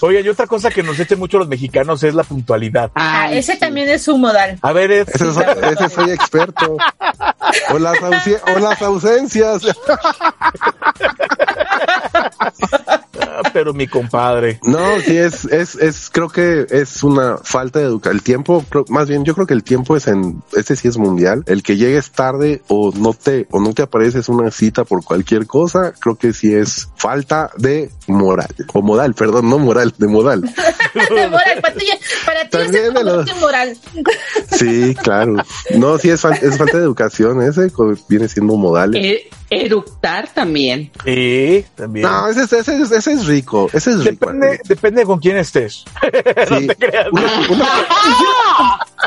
[SPEAKER 1] Oye, y otra cosa que nos echen mucho los mexicanos es la puntualidad.
[SPEAKER 4] Ah,
[SPEAKER 2] Ay,
[SPEAKER 4] ese también es un modal.
[SPEAKER 1] A ver, Ed,
[SPEAKER 3] Ese soy, ese soy experto. O las, ausie- o las ausencias.
[SPEAKER 1] ah, pero mi compadre.
[SPEAKER 3] No, sí, es, es, es, creo que es una falta de educación. El tiempo, creo- más bien, yo creo que el tiempo es en, este sí es mundial. El que llegues tarde o no te, o no te apareces una cita por cualquier cosa, creo que sí es falta de moral. O modal, perdón, no moral, de modal.
[SPEAKER 4] De moral, para ti, para ti es
[SPEAKER 3] También
[SPEAKER 4] el
[SPEAKER 3] de los-
[SPEAKER 4] de moral.
[SPEAKER 3] Sí, claro. No, sí es, fal- es falta de educación. Ese co- viene siendo modal.
[SPEAKER 2] e- eructar también.
[SPEAKER 1] Sí, también.
[SPEAKER 3] No, ese, es- ese, es- ese es rico. Ese es rico.
[SPEAKER 1] depende, depende con quién estés.
[SPEAKER 3] Sí. Una- una-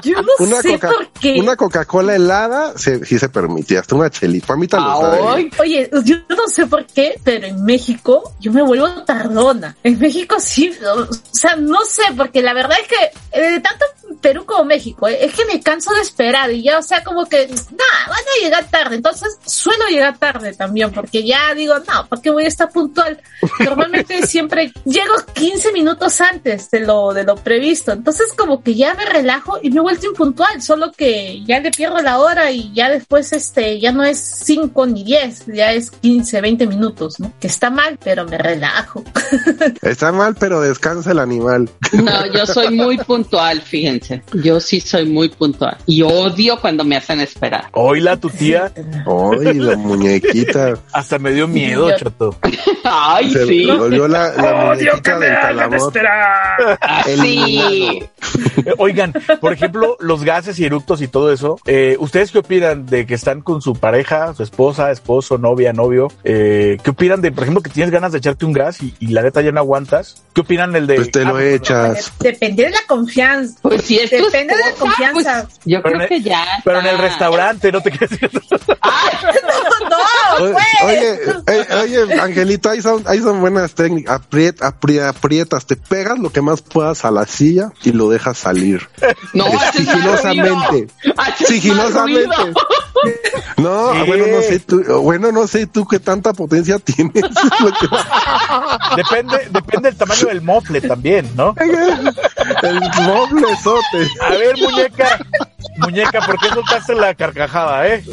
[SPEAKER 4] Yo no
[SPEAKER 3] una
[SPEAKER 4] sé
[SPEAKER 3] Coca-
[SPEAKER 4] por qué.
[SPEAKER 3] una Coca-Cola helada se, sí se permitía, hasta una chelita. Pamita
[SPEAKER 2] Ah,
[SPEAKER 3] lo
[SPEAKER 1] ¿eh?
[SPEAKER 3] sabe.
[SPEAKER 2] Ay,
[SPEAKER 4] Oye, yo no sé por qué, pero en México yo me vuelvo tardona. En México sí, o sea, no sé, porque la verdad es que eh, de tanto Perú como México, eh, es que me canso de esperar y ya, o sea, como que, nada, van a llegar tarde. Entonces, suelo llegar tarde también, porque ya digo, no, ¿por qué voy a estar puntual? Normalmente siempre llego 15 minutos antes de lo, de lo previsto. Entonces, como que ya me relajo y me he vuelto impuntual, solo que ya le pierdo la hora y ya después, este, ya no es 5 ni 10, ya es 15, 20 minutos, ¿no? Que está mal, pero me relajo.
[SPEAKER 3] Está mal, pero descansa el animal.
[SPEAKER 2] No, yo soy muy puntual, fíjense. Yo sí soy muy puntual. Y odio cuando me hacen esperar.
[SPEAKER 1] Oila, tu tía.
[SPEAKER 3] Ay, la muñequita.
[SPEAKER 1] Hasta me dio miedo,
[SPEAKER 4] Yo-
[SPEAKER 1] chato.
[SPEAKER 2] Ay,
[SPEAKER 3] Se
[SPEAKER 2] sí.
[SPEAKER 3] volvió la, la muñequita del calaboz. el
[SPEAKER 2] Así.
[SPEAKER 1] Eh, Oigan, por ejemplo, los gases y eructos y todo eso, eh, ¿ustedes qué opinan de que están con su pareja, su esposa, esposo, novia, novio? Eh, ¿Qué opinan de, por ejemplo, que tienes ganas de echarte un gas y, y la neta ya no aguantas? ¿Qué opinan el de...
[SPEAKER 3] Pues te
[SPEAKER 1] Ah,
[SPEAKER 3] lo
[SPEAKER 1] pues,
[SPEAKER 3] echas.
[SPEAKER 4] Depende de la confianza.
[SPEAKER 2] Pues si es tu
[SPEAKER 4] Depende de la
[SPEAKER 2] esposa,
[SPEAKER 4] confianza.
[SPEAKER 2] pues, yo
[SPEAKER 1] Pero en
[SPEAKER 2] creo
[SPEAKER 1] el-
[SPEAKER 2] que ya.
[SPEAKER 1] Pero en el
[SPEAKER 2] está.
[SPEAKER 1] restaurante, no te crees
[SPEAKER 4] No,
[SPEAKER 3] Oye, oye, eh, oye, Angelito, ahí son, ahí son buenas técnicas. Apriet, apri- aprietas, te pegas lo que más puedas a la silla y lo dejas salir.
[SPEAKER 2] No, haces mal ruido.
[SPEAKER 3] Sigilosamente.
[SPEAKER 2] Haces mal
[SPEAKER 3] Sigilosamente.
[SPEAKER 2] ruido.
[SPEAKER 3] No,
[SPEAKER 1] Sí.
[SPEAKER 3] bueno, no sé tú, bueno, no sé tú qué tanta potencia tienes. Lo que-
[SPEAKER 1] Depende, depende del tamaño del mofle también, ¿no?
[SPEAKER 3] El moblezote.
[SPEAKER 1] A ver, muñeca, muñeca, ¿por qué soltaste la carcajada, eh?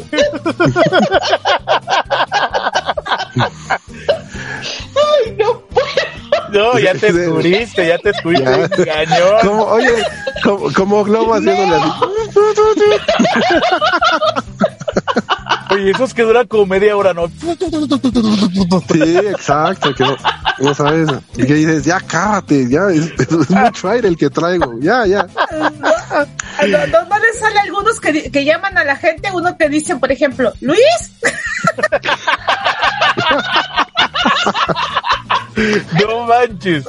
[SPEAKER 2] Ay, no puedo.
[SPEAKER 1] No, ya te descubriste, ya te estuviste
[SPEAKER 3] Ya.
[SPEAKER 1] engañón.
[SPEAKER 3] Como, oye, como, como globo haciéndole así.
[SPEAKER 1] Oye, esos que duran como media hora, ¿no?
[SPEAKER 3] Sí, exacto, que no, no sabes. Y que dices, ya cállate, ya, es, es mucho aire el que traigo, ya, ya.
[SPEAKER 4] no, no, no les sale a algunos que, di- que llaman a la gente, uno que dice, por ejemplo, Luis,
[SPEAKER 1] No manches.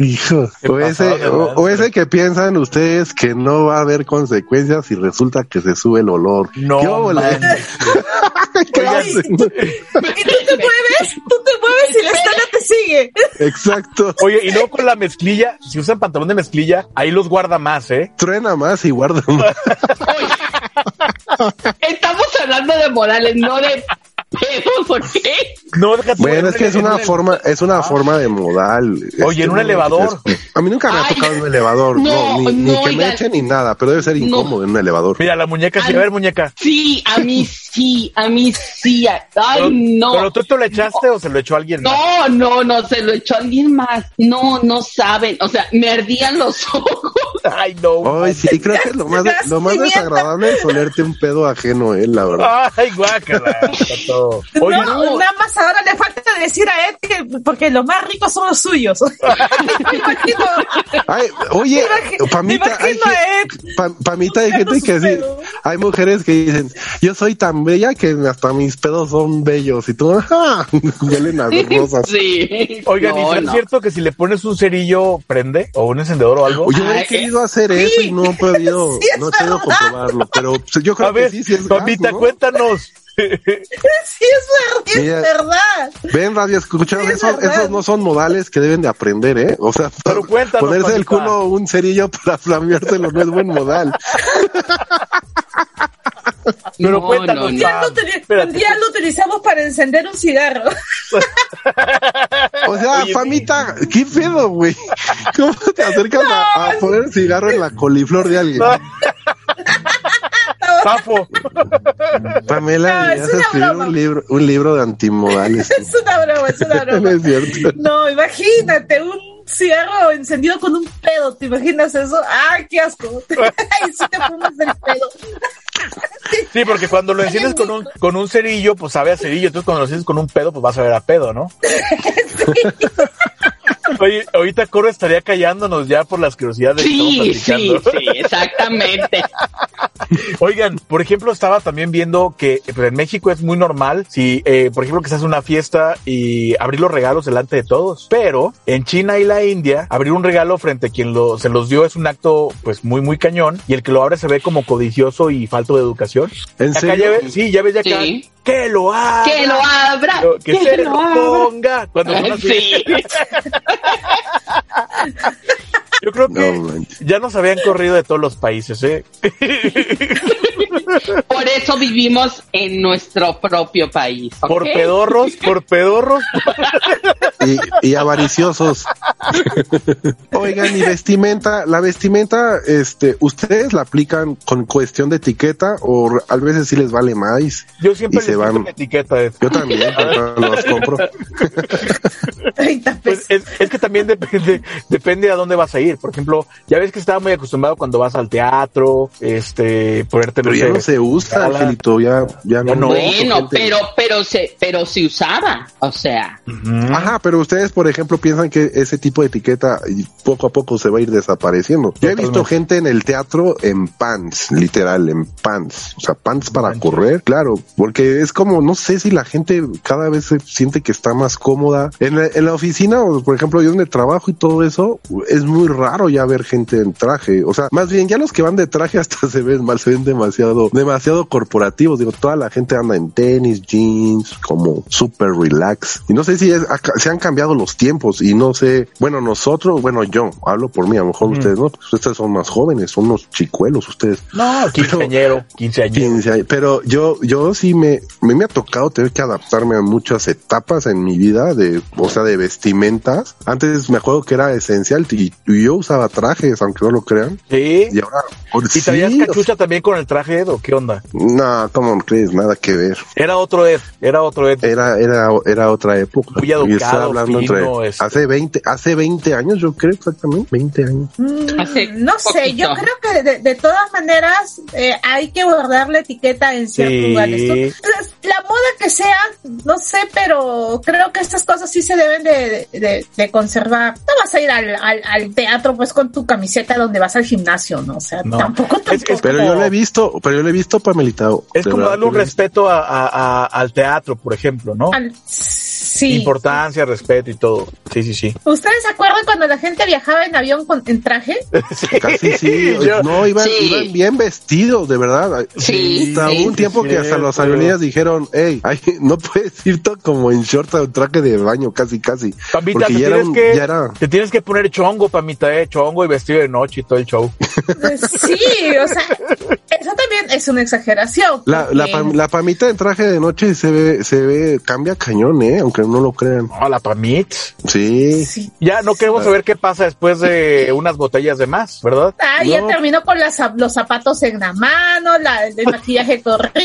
[SPEAKER 3] Hijo. O ese, o, o ese que piensan ustedes que no va a haber consecuencias y resulta que se sube el olor. ¿Qué
[SPEAKER 1] No
[SPEAKER 3] óvole?
[SPEAKER 1] manches.
[SPEAKER 3] ¿Qué
[SPEAKER 1] Oigan,
[SPEAKER 3] hacen?
[SPEAKER 4] y tú te mueves, tú te mueves y la estela te sigue.
[SPEAKER 3] Exacto.
[SPEAKER 1] Oye, y luego con la mezclilla, si usan pantalón de mezclilla, ahí los guarda más, ¿eh?
[SPEAKER 3] Truena más y guarda más.
[SPEAKER 2] Estamos hablando de morales, no de pedos, ¿ok?
[SPEAKER 1] No, déjate.
[SPEAKER 3] Bueno, es que es una
[SPEAKER 1] en- Ah.
[SPEAKER 3] forma, es una forma de modal.
[SPEAKER 1] Oye, en un
[SPEAKER 3] no,
[SPEAKER 1] elevador.
[SPEAKER 3] es- a mí nunca me ha
[SPEAKER 2] Ay.
[SPEAKER 3] tocado un elevador, no,
[SPEAKER 2] No,
[SPEAKER 3] ni, ni
[SPEAKER 2] no,
[SPEAKER 3] que me
[SPEAKER 2] oigan.
[SPEAKER 3] echen ni nada, pero debe ser
[SPEAKER 2] No.
[SPEAKER 3] incómodo en un elevador.
[SPEAKER 1] Mira, la muñeca sí. A ver, muñeca.
[SPEAKER 2] Sí, a mí sí, a mí sí. a- Ay,
[SPEAKER 1] Pero-
[SPEAKER 2] no.
[SPEAKER 1] ¿Pero tú te lo echaste o se lo echó alguien más?
[SPEAKER 2] No, no, no, se lo echó alguien más. No, no saben. O sea, me ardían los ojos.
[SPEAKER 1] Ay, no.
[SPEAKER 3] Ay, sí, creo que lo más, lo más desagradable es olerte un pedo ajeno, eh, la verdad.
[SPEAKER 1] Ay, guácala. chato. Oye,
[SPEAKER 4] no,
[SPEAKER 1] no.
[SPEAKER 4] nada más ahora le falta decir a Ed que, porque los más ricos son los suyos. me imagino,
[SPEAKER 3] Ay, oye,
[SPEAKER 4] imagi- me
[SPEAKER 3] Pamita, hay,
[SPEAKER 4] imagino a Ed.
[SPEAKER 3] gen- Pa- Pamita, hay gente
[SPEAKER 4] sus
[SPEAKER 3] que sí,
[SPEAKER 4] pedos.
[SPEAKER 3] hay mujeres que dicen, yo soy tan bella que hasta mis pedos son bellos, y tú, ajá, huelen a rosas.
[SPEAKER 2] Sí.
[SPEAKER 1] Oigan, ¿y
[SPEAKER 2] No,
[SPEAKER 1] si es
[SPEAKER 2] no.
[SPEAKER 1] cierto que si le pones un cerillo, prende? ¿O un encendedor o algo?
[SPEAKER 3] Yo he
[SPEAKER 2] Ay,
[SPEAKER 3] querido hacer eso y no he podido,
[SPEAKER 4] Sí, es
[SPEAKER 3] no he podido
[SPEAKER 4] verdad.
[SPEAKER 3] comprobarlo, pero pues, yo creo
[SPEAKER 1] A ver,
[SPEAKER 3] que sí, sí es gas,
[SPEAKER 1] papita,
[SPEAKER 3] ¿no?
[SPEAKER 1] cuéntanos.
[SPEAKER 4] Sí, es, ver-
[SPEAKER 3] Mira.
[SPEAKER 4] es verdad.
[SPEAKER 3] Ven, radio, escucha,
[SPEAKER 4] Sí, es
[SPEAKER 3] esos,
[SPEAKER 4] verdad.
[SPEAKER 3] esos no son modales que deben de aprender, ¿eh? O sea,
[SPEAKER 1] Pero cuéntanos,
[SPEAKER 3] ponerse el
[SPEAKER 1] Juanita.
[SPEAKER 3] culo un cerillo para flameárselo no es buen modal.
[SPEAKER 1] Pero
[SPEAKER 2] No,
[SPEAKER 1] cuéntanos,
[SPEAKER 2] no,
[SPEAKER 4] Un
[SPEAKER 2] no.
[SPEAKER 4] día, lo utili-
[SPEAKER 1] Espérate.
[SPEAKER 4] un día lo utilizamos para encender un cigarro.
[SPEAKER 3] O sea,
[SPEAKER 1] Oye,
[SPEAKER 3] famita, ¿qué pedo, güey? ¿Cómo te acercas a, a poner el cigarro en la coliflor de alguien?
[SPEAKER 1] Papo.
[SPEAKER 3] Pamela,
[SPEAKER 4] No, es
[SPEAKER 3] deberías
[SPEAKER 4] una
[SPEAKER 3] escribir
[SPEAKER 4] broma.
[SPEAKER 3] un libro, un libro de antimodales.
[SPEAKER 4] es una broma, es una
[SPEAKER 3] No
[SPEAKER 4] broma.
[SPEAKER 3] es cierto.
[SPEAKER 4] No, imagínate, un cigarro encendido con un pedo, ¿te imaginas eso? ¡Ay, qué asco! Ay, sí te fumas el pedo.
[SPEAKER 1] Sí, porque cuando lo enciendes con un, con un cerillo, pues sabe a cerillo. Entonces, cuando lo enciendes con un pedo, pues vas a ver a pedo, ¿no? Oye, ahorita Coro estaría callándonos ya por las curiosidades que
[SPEAKER 2] Sí,
[SPEAKER 1] estamos
[SPEAKER 2] sí,
[SPEAKER 1] platicando.
[SPEAKER 2] sí, exactamente.
[SPEAKER 1] Oigan, por ejemplo, estaba también viendo que pues, en México es muy normal si, eh, por ejemplo, que se hace una fiesta y abrir los regalos delante de todos. Pero en China y la India, abrir un regalo frente a quien lo, se los dio es un acto, pues, muy, muy cañón. Y el que lo abre se ve como codicioso y falto de educación.
[SPEAKER 3] ¿En
[SPEAKER 1] Acá
[SPEAKER 3] serio?
[SPEAKER 1] ya ve- sí, ya ves ya acá.
[SPEAKER 2] Sí.
[SPEAKER 1] Que lo abra.
[SPEAKER 2] Que lo abra.
[SPEAKER 1] Que, se lo
[SPEAKER 2] abra.
[SPEAKER 1] ponga. Cuando son así.
[SPEAKER 2] Sí.
[SPEAKER 1] Yo creo que
[SPEAKER 3] No manches.
[SPEAKER 1] ya nos habían corrido de todos los países, ¿eh?
[SPEAKER 2] Por eso vivimos en nuestro propio país. ¿ok?
[SPEAKER 1] Por pedorros, por pedorros.
[SPEAKER 3] y, y avariciosos. Oigan, y vestimenta, la vestimenta, este, ¿ustedes la aplican con cuestión de etiqueta o a veces sí les vale más?
[SPEAKER 1] Yo siempre
[SPEAKER 3] Y se
[SPEAKER 1] les quito
[SPEAKER 3] van.
[SPEAKER 1] mi etiqueta de
[SPEAKER 3] Yo también, pero no las compro.
[SPEAKER 4] 30
[SPEAKER 1] Pues
[SPEAKER 4] pesos.
[SPEAKER 1] es, es que también depende, depende a dónde vas a ir. Por ejemplo, ya ves que estaba muy acostumbrado cuando vas al teatro, este, ponerte
[SPEAKER 3] Pero
[SPEAKER 1] no
[SPEAKER 3] ya
[SPEAKER 1] sé,
[SPEAKER 3] no se usa,
[SPEAKER 1] ala.
[SPEAKER 3] Angelito, ya, ya no.
[SPEAKER 1] Ya no.
[SPEAKER 2] bueno,
[SPEAKER 3] gente.
[SPEAKER 2] pero, pero se, pero se usaba. O sea,
[SPEAKER 1] Ujú.
[SPEAKER 3] Ajá, pero ustedes, por ejemplo, piensan que ese tipo de etiqueta y poco a poco se va a ir desapareciendo. Yo he visto
[SPEAKER 1] Totalmente.
[SPEAKER 3] gente en el teatro en pants, literal, en pants. O sea, pants para
[SPEAKER 1] Manches.
[SPEAKER 3] correr, claro, porque es como, no sé si la gente cada vez se siente que está más cómoda. En la, en la oficina, o por ejemplo, yo donde trabajo y todo eso, es muy raro ya ver gente en traje. O sea, más bien ya los que van de traje hasta se ven mal, se ven demasiado, demasiado corporativos. Digo, toda la gente anda en tenis, jeans, como super relax. Y no sé si es, acá- se han cambiado los tiempos y no sé, bueno, nosotros, bueno, yo hablo por mí, a lo mejor ustedes no, pues ustedes son más jóvenes, son unos chicuelos ustedes.
[SPEAKER 1] No, quinceañero, quinceañero.
[SPEAKER 3] 15 años. Pero yo, yo sí me, me, me ha tocado tener que adaptarme a muchas etapas en mi vida de, o sea, de vestimentas. Antes me acuerdo que era esencial y, y yo usaba trajes, aunque no lo crean.
[SPEAKER 1] Sí.
[SPEAKER 3] Y ahora, ahora
[SPEAKER 1] ¿Y traías
[SPEAKER 3] sí, o sea,
[SPEAKER 1] cachucha también con el traje Ed o qué onda?
[SPEAKER 3] no, ¿cómo crees? Nada que ver.
[SPEAKER 1] Era otro Ed, era otro Ed.
[SPEAKER 3] Era, era, era otra época.
[SPEAKER 1] Muy educado,
[SPEAKER 3] Y estaba hablando
[SPEAKER 1] fino,
[SPEAKER 3] entre-
[SPEAKER 1] este.
[SPEAKER 3] hace 20, hace 20 años, yo creo exactamente, 20 años.
[SPEAKER 4] Mm,
[SPEAKER 2] Hace
[SPEAKER 4] no sé, yo
[SPEAKER 2] poquito.
[SPEAKER 4] creo que de, de todas maneras eh, hay que guardar la etiqueta en ciertos
[SPEAKER 1] Sí.
[SPEAKER 4] lugares. Tú- La moda que sea, no sé, pero creo que estas cosas sí se deben de, de- de conservar. No vas a ir al, al- al teatro pues con tu camiseta donde vas al gimnasio, ¿no? O sea,
[SPEAKER 1] No.
[SPEAKER 4] tampoco
[SPEAKER 1] Es- es-
[SPEAKER 4] tampoco.
[SPEAKER 3] Pero
[SPEAKER 1] como-
[SPEAKER 3] yo lo he visto, pero yo lo he visto, Pamelita.
[SPEAKER 1] Es
[SPEAKER 3] de
[SPEAKER 1] como
[SPEAKER 3] verdad,
[SPEAKER 1] darle un
[SPEAKER 3] yo lo he visto.
[SPEAKER 1] respeto a- a- a- al teatro, por ejemplo, ¿no?
[SPEAKER 4] Al- Ah, sí.
[SPEAKER 1] Importancia, respeto y todo. Sí, sí, sí.
[SPEAKER 4] ¿Ustedes se acuerdan cuando la gente viajaba en avión con, en traje?
[SPEAKER 3] Pues Casi sí.
[SPEAKER 1] Yo-
[SPEAKER 3] no, iban,
[SPEAKER 2] Sí.
[SPEAKER 3] iban bien vestidos, de verdad.
[SPEAKER 2] Sí,
[SPEAKER 3] Hasta
[SPEAKER 2] sí,
[SPEAKER 3] hubo un
[SPEAKER 1] sí,
[SPEAKER 3] tiempo que hasta
[SPEAKER 1] cierto.
[SPEAKER 3] los avenidas dijeron, hey, no puedes ir to- como en short o traje de baño, casi, casi.
[SPEAKER 1] Pamita,
[SPEAKER 3] Porque
[SPEAKER 1] te
[SPEAKER 3] ya era
[SPEAKER 1] tienes,
[SPEAKER 3] un-
[SPEAKER 1] que,
[SPEAKER 3] ya era-
[SPEAKER 1] te tienes que poner chongo, Pamita, eh, chongo y vestido de noche y todo el show.
[SPEAKER 4] Sí, o sea, eso también es una exageración.
[SPEAKER 3] La, la,
[SPEAKER 4] porque-
[SPEAKER 3] pam- la pamita en traje de noche se ve, se ve, cambia cañón, eh, aunque no lo crean.
[SPEAKER 1] Hola, Pamit.
[SPEAKER 3] Sí.
[SPEAKER 4] Sí.
[SPEAKER 1] Ya no queremos saber qué pasa después de unas botellas de más, ¿verdad?
[SPEAKER 4] Ah, ya
[SPEAKER 3] No.
[SPEAKER 4] terminó con las zap- los zapatos en la mano, la, el maquillaje corrido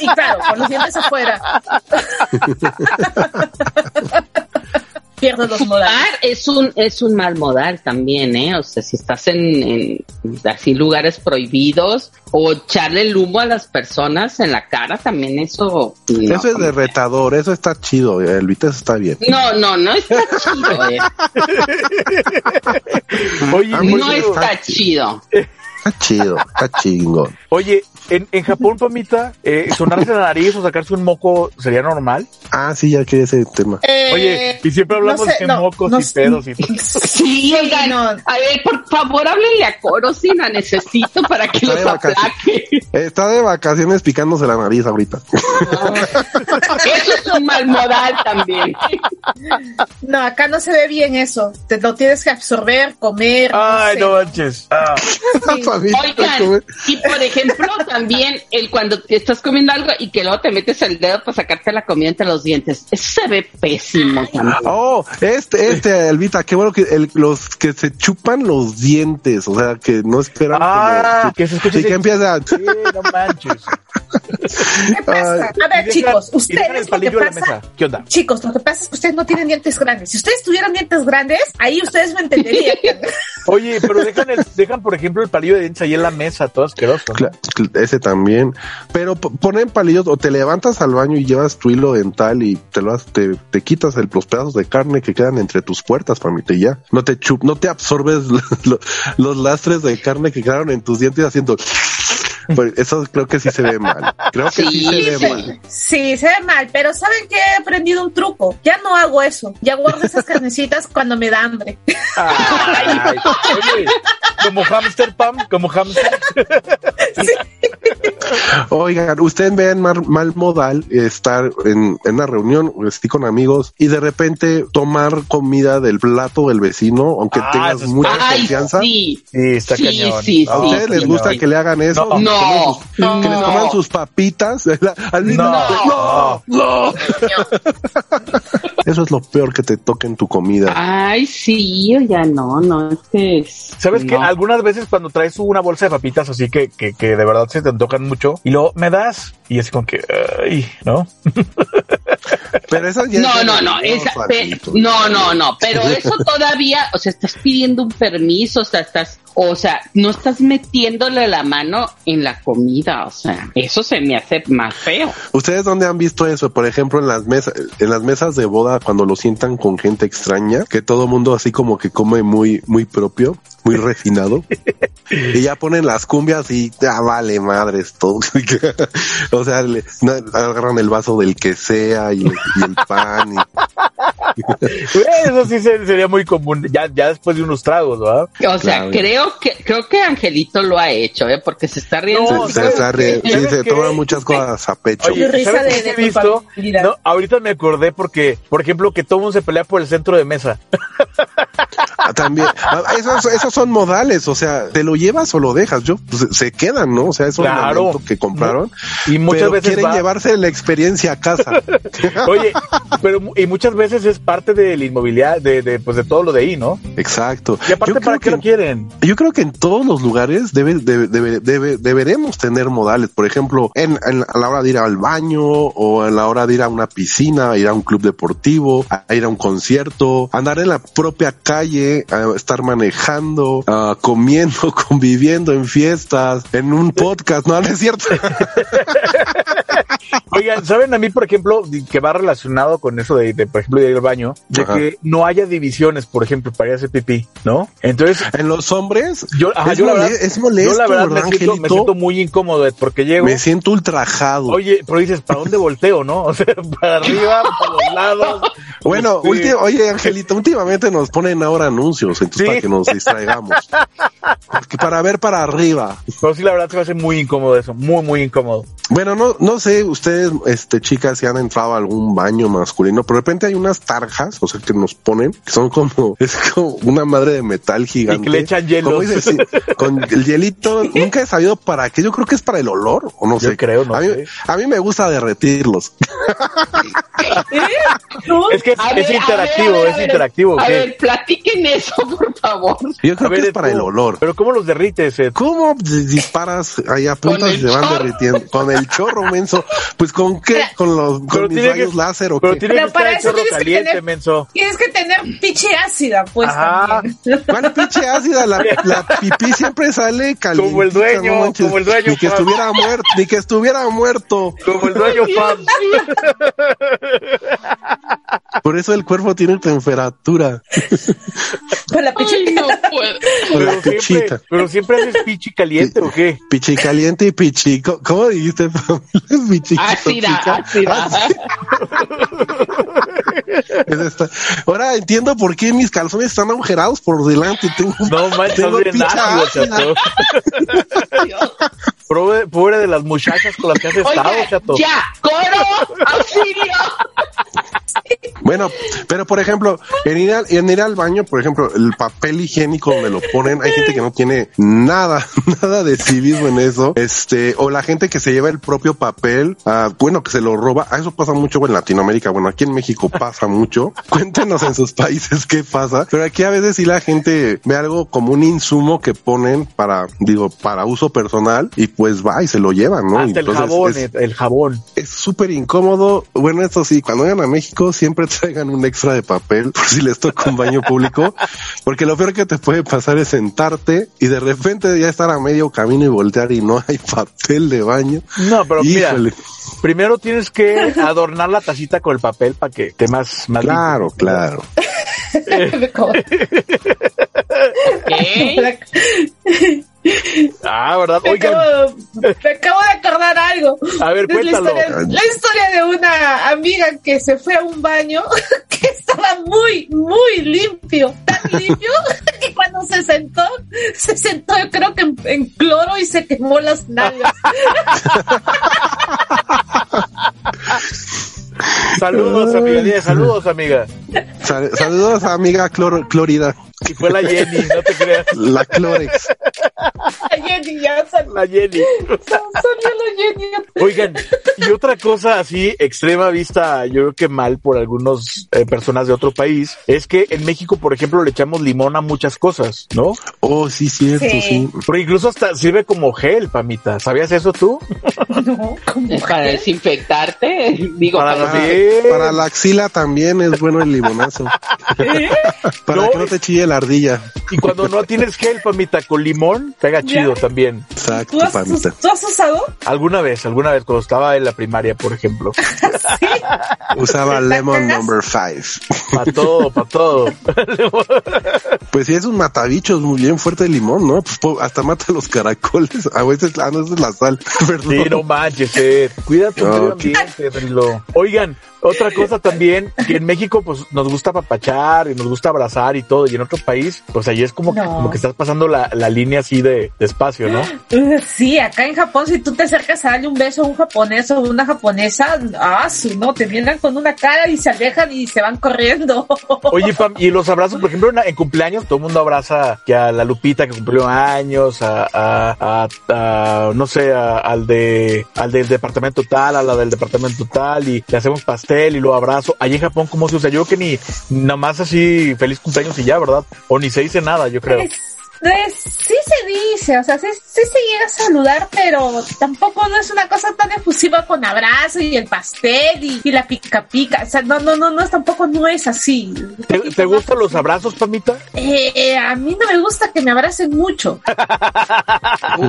[SPEAKER 4] y claro, con los dientes afuera. Pierdo los modales.
[SPEAKER 2] Sudar es un, es un mal modal también, ¿eh? O sea, si estás en, en así lugares prohibidos o echarle el humo a las personas en la cara, también eso. no,
[SPEAKER 3] Eso es de retador, eso está chido, el Vita está bien.
[SPEAKER 2] No, no, no está chido. eh.
[SPEAKER 1] Oye,
[SPEAKER 3] Ah,
[SPEAKER 1] por ejemplo,
[SPEAKER 2] No está chido.
[SPEAKER 3] Está chido, está chingón.
[SPEAKER 1] oye, en, en Japón, Pamita, eh, sonarse la nariz o sacarse un moco sería normal.
[SPEAKER 3] Ah, sí, ya quería ese tema.
[SPEAKER 4] Eh,
[SPEAKER 1] Oye, y siempre hablamos de mocos y
[SPEAKER 4] sé.
[SPEAKER 1] pedos y todo.
[SPEAKER 4] Sí,
[SPEAKER 2] Oigan,
[SPEAKER 4] no.
[SPEAKER 2] a ver, por favor, háblenle a Coro, si la necesito para que
[SPEAKER 3] Está
[SPEAKER 2] los
[SPEAKER 3] de vacaciones.
[SPEAKER 2] aplaque.
[SPEAKER 3] Está de vacaciones picándose la nariz ahorita.
[SPEAKER 2] Eso es un mal modal también.
[SPEAKER 4] No, acá no se ve bien eso. Te lo tienes que absorber, comer.
[SPEAKER 1] Ay,
[SPEAKER 4] sé.
[SPEAKER 1] no manches. Ah,
[SPEAKER 4] Sí.
[SPEAKER 3] Pamita, come-
[SPEAKER 2] Oigan, y por ejemplo, también el cuando te estás comiendo algo y que luego te metes el dedo para sacarte la comida entre los dientes. Eso se ve pésimo también.
[SPEAKER 3] Oh, este, este, Elvita, qué bueno que el- los que se chupan los dientes, o sea, que no esperan.
[SPEAKER 1] Ah,
[SPEAKER 3] como-
[SPEAKER 1] que se escuche
[SPEAKER 3] Y que
[SPEAKER 1] ese-
[SPEAKER 3] empiezan.
[SPEAKER 1] sí, no manches.
[SPEAKER 4] ¿Qué pasa?
[SPEAKER 3] Ay.
[SPEAKER 4] A ver,
[SPEAKER 1] Y deja-
[SPEAKER 4] chicos,
[SPEAKER 1] y deja el
[SPEAKER 4] ustedes lo que
[SPEAKER 1] palillo en la
[SPEAKER 4] pasa
[SPEAKER 1] mesa. ¿Qué onda?
[SPEAKER 4] Chicos, lo que pasa es que ustedes no tienen dientes grandes. Si ustedes tuvieran dientes grandes, ahí ustedes me entenderían.
[SPEAKER 1] Oye, pero dejan, el- dejan, por ejemplo, el palillo de dientes ahí en la mesa, todo asqueroso.
[SPEAKER 3] Cla- cl- Ese también. Pero p- ponen palillos o te levantas al baño y llevas tu hilo dental y te lo has- te, te quitas el- los pedazos de carne que quedan entre tus puertas, Pamita, y ya. No te chup, no te absorbes lo- lo- los lastres de carne que quedaron en tus dientes haciendo. Pues eso creo que sí se ve mal. Creo que sí, se ve
[SPEAKER 2] sí.
[SPEAKER 3] mal.
[SPEAKER 4] Sí, se ve mal, pero ¿saben que He aprendido un truco. Ya no hago eso. Ya guardo esas carnecitas cuando me da hambre.
[SPEAKER 1] Ay, oye, como hamster, Pam, como hamster.
[SPEAKER 3] Oigan, ustedes vean mar- mal modal eh, estar en, en una reunión, o estoy con amigos y de repente tomar comida del plato del vecino, aunque
[SPEAKER 1] Ah,
[SPEAKER 3] tengas
[SPEAKER 1] eso es-
[SPEAKER 3] mucha
[SPEAKER 2] Ay,
[SPEAKER 3] confianza.
[SPEAKER 2] sí.
[SPEAKER 1] Sí, está
[SPEAKER 2] Sí,
[SPEAKER 1] cañón.
[SPEAKER 2] sí,
[SPEAKER 1] No,
[SPEAKER 3] ¿A
[SPEAKER 2] sí,
[SPEAKER 3] ustedes
[SPEAKER 1] sí,
[SPEAKER 3] les gusta
[SPEAKER 1] no.
[SPEAKER 3] que le hagan eso?
[SPEAKER 1] No.
[SPEAKER 3] ¿Que coman
[SPEAKER 2] No,
[SPEAKER 3] sus- Que les coman sus papitas. Al mismo-
[SPEAKER 1] No.
[SPEAKER 3] no, no. Eso es lo peor que te toque en tu comida.
[SPEAKER 2] Ay, sí, ya no, no, es que es-
[SPEAKER 1] ¿Sabes que
[SPEAKER 2] no.
[SPEAKER 1] Algunas veces cuando traes una bolsa de papitas así que, que, que de verdad se te antojan mucho y luego me das y es como que, ay, ¿no?
[SPEAKER 3] Pero eso ya
[SPEAKER 2] No,
[SPEAKER 3] es-
[SPEAKER 2] no, no, esa- pe-
[SPEAKER 3] Patito.
[SPEAKER 2] no, no, no, pero eso todavía, o sea, estás pidiendo un permiso, o sea, estás, o sea, no estás metiéndole la mano en la comida, o sea, eso se me hace más feo.
[SPEAKER 3] ¿Ustedes dónde han visto eso? Por ejemplo, en las mesas, en las mesas de boda, cuando lo sientan con gente extraña, que todo mundo así como que come muy, muy propio, muy refinado, y ya ponen las cumbias y ya vale madres todo. o sea, le- na- agarran el vaso del que sea y, y el pan. y-
[SPEAKER 1] Eso sí se- sería muy común, ya, ya después de unos tragos, ¿verdad?
[SPEAKER 2] O sea,
[SPEAKER 3] Claro.
[SPEAKER 2] creo que, creo que Angelito lo ha hecho, ¿eh? Porque se está riendo.
[SPEAKER 1] No,
[SPEAKER 3] se,
[SPEAKER 1] Oh, ¿sabes
[SPEAKER 3] se- se
[SPEAKER 1] qué?
[SPEAKER 3] arre- sí,
[SPEAKER 1] ¿Sabes
[SPEAKER 3] se
[SPEAKER 1] qué?
[SPEAKER 3] toman muchas cosas a pecho.
[SPEAKER 1] Oye,
[SPEAKER 6] Tu risa
[SPEAKER 1] ¿sabes qué
[SPEAKER 6] de- de
[SPEAKER 1] he visto?
[SPEAKER 6] culpabilidad.
[SPEAKER 1] No, ahorita me acordé porque, por ejemplo, que todo mundo se pelea por el centro de mesa.
[SPEAKER 3] Ah, También, Ah, esos, esos son modales, o sea, te lo llevas o lo dejas, yo pues, se quedan, ¿no? O sea, es un
[SPEAKER 1] Claro.
[SPEAKER 3] momento que compraron.
[SPEAKER 1] Y muchas
[SPEAKER 3] pero
[SPEAKER 1] veces
[SPEAKER 3] quieren
[SPEAKER 1] va-
[SPEAKER 3] llevarse la experiencia a casa.
[SPEAKER 1] Oye, pero mu- y muchas veces es parte del inmobiliario, de, de, pues de todo lo de ahí, ¿no?
[SPEAKER 3] Exacto.
[SPEAKER 1] Y aparte,
[SPEAKER 3] yo,
[SPEAKER 1] ¿para
[SPEAKER 3] creo
[SPEAKER 1] qué
[SPEAKER 3] que,
[SPEAKER 1] lo quieren?
[SPEAKER 3] yo creo que en todos los lugares debe, debe- debe- debe- deberemos tener modales. Por ejemplo, en, en- a la hora de ir al baño o a la hora de ir a una piscina, a ir a un club deportivo, a, a ir a un concierto, andar en la propia calle, a estar manejando, a comiendo, conviviendo en fiestas, en un podcast. No, no es cierto.
[SPEAKER 1] Oigan, ¿saben a mí, por ejemplo, di- que va relacionado con eso de, de, por ejemplo, de ir al baño? De
[SPEAKER 3] Ajá.
[SPEAKER 1] que no haya divisiones, por ejemplo, para ir a hacer pipí, ¿no? Entonces,
[SPEAKER 3] En los hombres
[SPEAKER 1] yo, ajá,
[SPEAKER 3] es,
[SPEAKER 1] yo la
[SPEAKER 3] mole-
[SPEAKER 1] verdad,
[SPEAKER 3] es molesto,
[SPEAKER 1] yo la verdad
[SPEAKER 3] ¿verdad,
[SPEAKER 1] me, siento, me
[SPEAKER 3] Angelito?
[SPEAKER 1] siento muy incómodo eh, porque llego...
[SPEAKER 3] Me siento ultrajado.
[SPEAKER 1] Oye, pero dices, ¿para dónde volteo, no? O sea, para arriba, para los lados. Este,
[SPEAKER 3] Bueno,
[SPEAKER 1] Sí.
[SPEAKER 3] ulti- oye, Angelito, últimamente nos ponen ahora anuncios, entonces
[SPEAKER 1] Sí.
[SPEAKER 3] para que nos distraigamos. Porque para ver para arriba.
[SPEAKER 1] Pero sí, la verdad, se me hace muy incómodo eso, muy, muy incómodo.
[SPEAKER 3] Bueno, no, no sé, ustedes, este, chicas, si han entrado a algún baño masculino, pero de repente hay unas tarjas, o sea, que nos ponen, que son como, es como una madre de metal gigante.
[SPEAKER 1] le echan hielo.
[SPEAKER 3] Como dices, sí, con el hielito, nunca he sabido para qué, yo creo que es para el olor, o no
[SPEAKER 1] Yo
[SPEAKER 3] sé.
[SPEAKER 1] creo, no
[SPEAKER 3] a mí,
[SPEAKER 1] sé.
[SPEAKER 3] a mí me gusta derretirlos.
[SPEAKER 4] ¿Eh?
[SPEAKER 1] Es que es,
[SPEAKER 2] A
[SPEAKER 1] es
[SPEAKER 2] ver, a
[SPEAKER 1] interactivo,
[SPEAKER 2] ver, a
[SPEAKER 1] es
[SPEAKER 2] ver,
[SPEAKER 1] interactivo.
[SPEAKER 2] A
[SPEAKER 1] ¿qué?
[SPEAKER 2] ver, platiquen eso, por favor.
[SPEAKER 3] Yo creo
[SPEAKER 1] A ver,
[SPEAKER 3] que es para
[SPEAKER 1] tú,
[SPEAKER 3] el olor.
[SPEAKER 1] Pero ¿cómo los derrites? Ed?
[SPEAKER 3] ¿Cómo di- disparas ahí a
[SPEAKER 2] Con
[SPEAKER 3] puntas
[SPEAKER 2] el
[SPEAKER 3] y se van
[SPEAKER 2] chorro.
[SPEAKER 3] derritiendo? Con el chorro menso. Pues con qué? Con los
[SPEAKER 1] Pero
[SPEAKER 3] con mis
[SPEAKER 1] tiene que-
[SPEAKER 3] rayos láser o
[SPEAKER 1] Pero
[SPEAKER 3] qué?
[SPEAKER 1] tiene
[SPEAKER 6] Pero
[SPEAKER 1] que estar
[SPEAKER 6] para
[SPEAKER 1] el
[SPEAKER 6] eso
[SPEAKER 1] chorro
[SPEAKER 6] tienes que
[SPEAKER 1] caliente,
[SPEAKER 6] tener-
[SPEAKER 1] menso.
[SPEAKER 6] Tienes que tener piche ácida, pues
[SPEAKER 1] Ajá.
[SPEAKER 6] también.
[SPEAKER 3] ¿Cuál pinche ácida? La, la pipí siempre sale caliente.
[SPEAKER 1] Como el dueño, como el dueño,
[SPEAKER 3] Ni que
[SPEAKER 1] Juan.
[SPEAKER 3] estuviera muerto, ni que estuviera muerto.
[SPEAKER 1] Como el dueño Pam.
[SPEAKER 3] Por eso el cuerpo tiene temperatura.
[SPEAKER 6] Con la piche
[SPEAKER 2] Ay, no puedo.
[SPEAKER 3] Con
[SPEAKER 1] Pero
[SPEAKER 3] la
[SPEAKER 1] siempre,
[SPEAKER 3] pichita.
[SPEAKER 1] pero siempre haces pichi caliente o qué?
[SPEAKER 3] Pichi caliente y pichi. co- ¿Cómo dijiste, Pamela? Pichi
[SPEAKER 2] Ácida,
[SPEAKER 3] pica.
[SPEAKER 2] ácida.
[SPEAKER 3] Es esta. Ahora entiendo por qué mis calzones están agujerados por delante. Tengo
[SPEAKER 1] No manches,
[SPEAKER 3] Tengo
[SPEAKER 1] no bien
[SPEAKER 3] picha
[SPEAKER 1] ácido,
[SPEAKER 3] ácida.
[SPEAKER 1] chato. Pobre, pobre de las muchachas con las que has estado,
[SPEAKER 2] Oye,
[SPEAKER 1] chato.
[SPEAKER 2] ya, coro, auxilio.
[SPEAKER 3] Bueno, pero por ejemplo, en ir, al, en ir al baño, por ejemplo, el papel higiénico me lo ponen, hay gente que no tiene nada, nada de civismo en eso, este, o la gente que se lleva el propio papel, ah, bueno, que se lo roba, ah, eso pasa mucho en Latinoamérica, bueno, aquí en México pasa mucho, cuéntenos en sus países qué pasa, pero aquí a veces sí la gente ve algo como un insumo que ponen para, digo, para uso personal y pues va y se lo llevan, ¿no?
[SPEAKER 1] Hasta el
[SPEAKER 3] Entonces,
[SPEAKER 1] jabón, eh,
[SPEAKER 3] es-
[SPEAKER 1] Ed, el jabón.
[SPEAKER 3] es súper incómodo. Bueno, esto sí, cuando vayan a México siempre traigan un extra de papel por si les toca un baño público, porque lo peor que te puede pasar es sentarte y de repente ya estar a medio camino y voltear y no hay papel de baño.
[SPEAKER 1] No, pero mira,
[SPEAKER 3] Híjole,
[SPEAKER 1] primero tienes que adornar la tacita con el papel para que esté más, más
[SPEAKER 3] claro,
[SPEAKER 1] limpio.
[SPEAKER 3] claro.
[SPEAKER 2] Ok.
[SPEAKER 6] Me
[SPEAKER 1] Ah, ¿verdad? Oigan,
[SPEAKER 6] acabo, me acabo de acordar algo.
[SPEAKER 1] a ver,
[SPEAKER 6] Es la
[SPEAKER 1] cuéntalo.
[SPEAKER 6] historia, la historia de una amiga que se fue a un baño que estaba muy, muy limpio. Tan limpio que cuando se
[SPEAKER 4] se sentó, se sentó yo creo que en, en cloro y se quemó las nalgas.
[SPEAKER 1] Saludos, amiga. Saludos, amiga.
[SPEAKER 3] Sal- saludos a amiga Clor- Clorida,
[SPEAKER 1] Y fue la Jenny, no te creas.
[SPEAKER 3] la Clorex.
[SPEAKER 4] Jenny, ya salió,
[SPEAKER 1] La Jenny.
[SPEAKER 4] salió la Jenny.
[SPEAKER 1] Oigan, y otra cosa así extrema vista, yo creo que mal por algunas eh, personas de otro país, es que en México, por ejemplo, le echamos limón a muchas cosas, ¿no?
[SPEAKER 3] Oh, sí, cierto,
[SPEAKER 4] Sí.
[SPEAKER 3] sí.
[SPEAKER 1] Pero incluso hasta sirve como gel, Pamita. ¿Sabías eso tú?
[SPEAKER 4] No, como
[SPEAKER 2] Es para desinfectarte, digo,
[SPEAKER 1] Para
[SPEAKER 2] para-
[SPEAKER 1] los-
[SPEAKER 3] Ah,
[SPEAKER 1] Sí.
[SPEAKER 3] Para la axila también es bueno el limonazo. Para
[SPEAKER 1] No,
[SPEAKER 3] que no te chille la ardilla.
[SPEAKER 1] Y cuando no tienes gel, Pamita, con limón, te haga chido también.
[SPEAKER 3] Exacto,
[SPEAKER 4] ¿Tú has,
[SPEAKER 3] panita.
[SPEAKER 4] tú has usado?
[SPEAKER 1] Alguna vez, alguna vez, cuando estaba en la primaria, por ejemplo.
[SPEAKER 3] Usaba
[SPEAKER 4] ¿La
[SPEAKER 3] Lemon
[SPEAKER 4] cagas?
[SPEAKER 3] Number 5.
[SPEAKER 1] Para todo, para todo.
[SPEAKER 3] Pues sí, es un matabichos muy bien fuerte el limón, ¿no? Pues po- hasta mata los caracoles. A veces, ah, no, esa es la sal. Perdón.
[SPEAKER 1] Sí, no manches, eh. cuida tu
[SPEAKER 3] No,
[SPEAKER 1] medio
[SPEAKER 3] qué-
[SPEAKER 1] ambiente, Frilo. Oigan, otra cosa también, que en México pues nos gusta papachar y nos gusta abrazar y todo, y en otro país, pues ahí es como, que,
[SPEAKER 4] No.
[SPEAKER 1] como que estás pasando la, la línea así de, de espacio, ¿no?
[SPEAKER 4] Uh, Sí, acá en Japón, si tú te acercas a darle un beso a un japonés o una japonesa, ah, su, no, te miran con una cara y se alejan y se van corriendo.
[SPEAKER 1] Oye, Pam, y los abrazos, por ejemplo, en, en cumpleaños, todo el mundo abraza que a la Lupita que cumplió años, a, a, a- a, no sé, a- al de al del departamento tal, a la del departamento tal, y le hacemos pastel y lo abrazo. Allí en Japón, ¿cómo se usa? Yo creo que ni nada más así feliz cumpleaños y ya, ¿verdad? O ni se dice nada, yo creo.
[SPEAKER 4] Pues, pues, sí se dice, o sea, sí, sí se llega a saludar, pero tampoco no es una cosa tan efusiva con abrazo y el pastel y, y la pica pica. O sea, no, no, no, no, es- tampoco no es así.
[SPEAKER 1] ¿Te, te gustan los abrazos, Pamita?
[SPEAKER 4] Eh, eh, a mí no me gusta que me abracen mucho.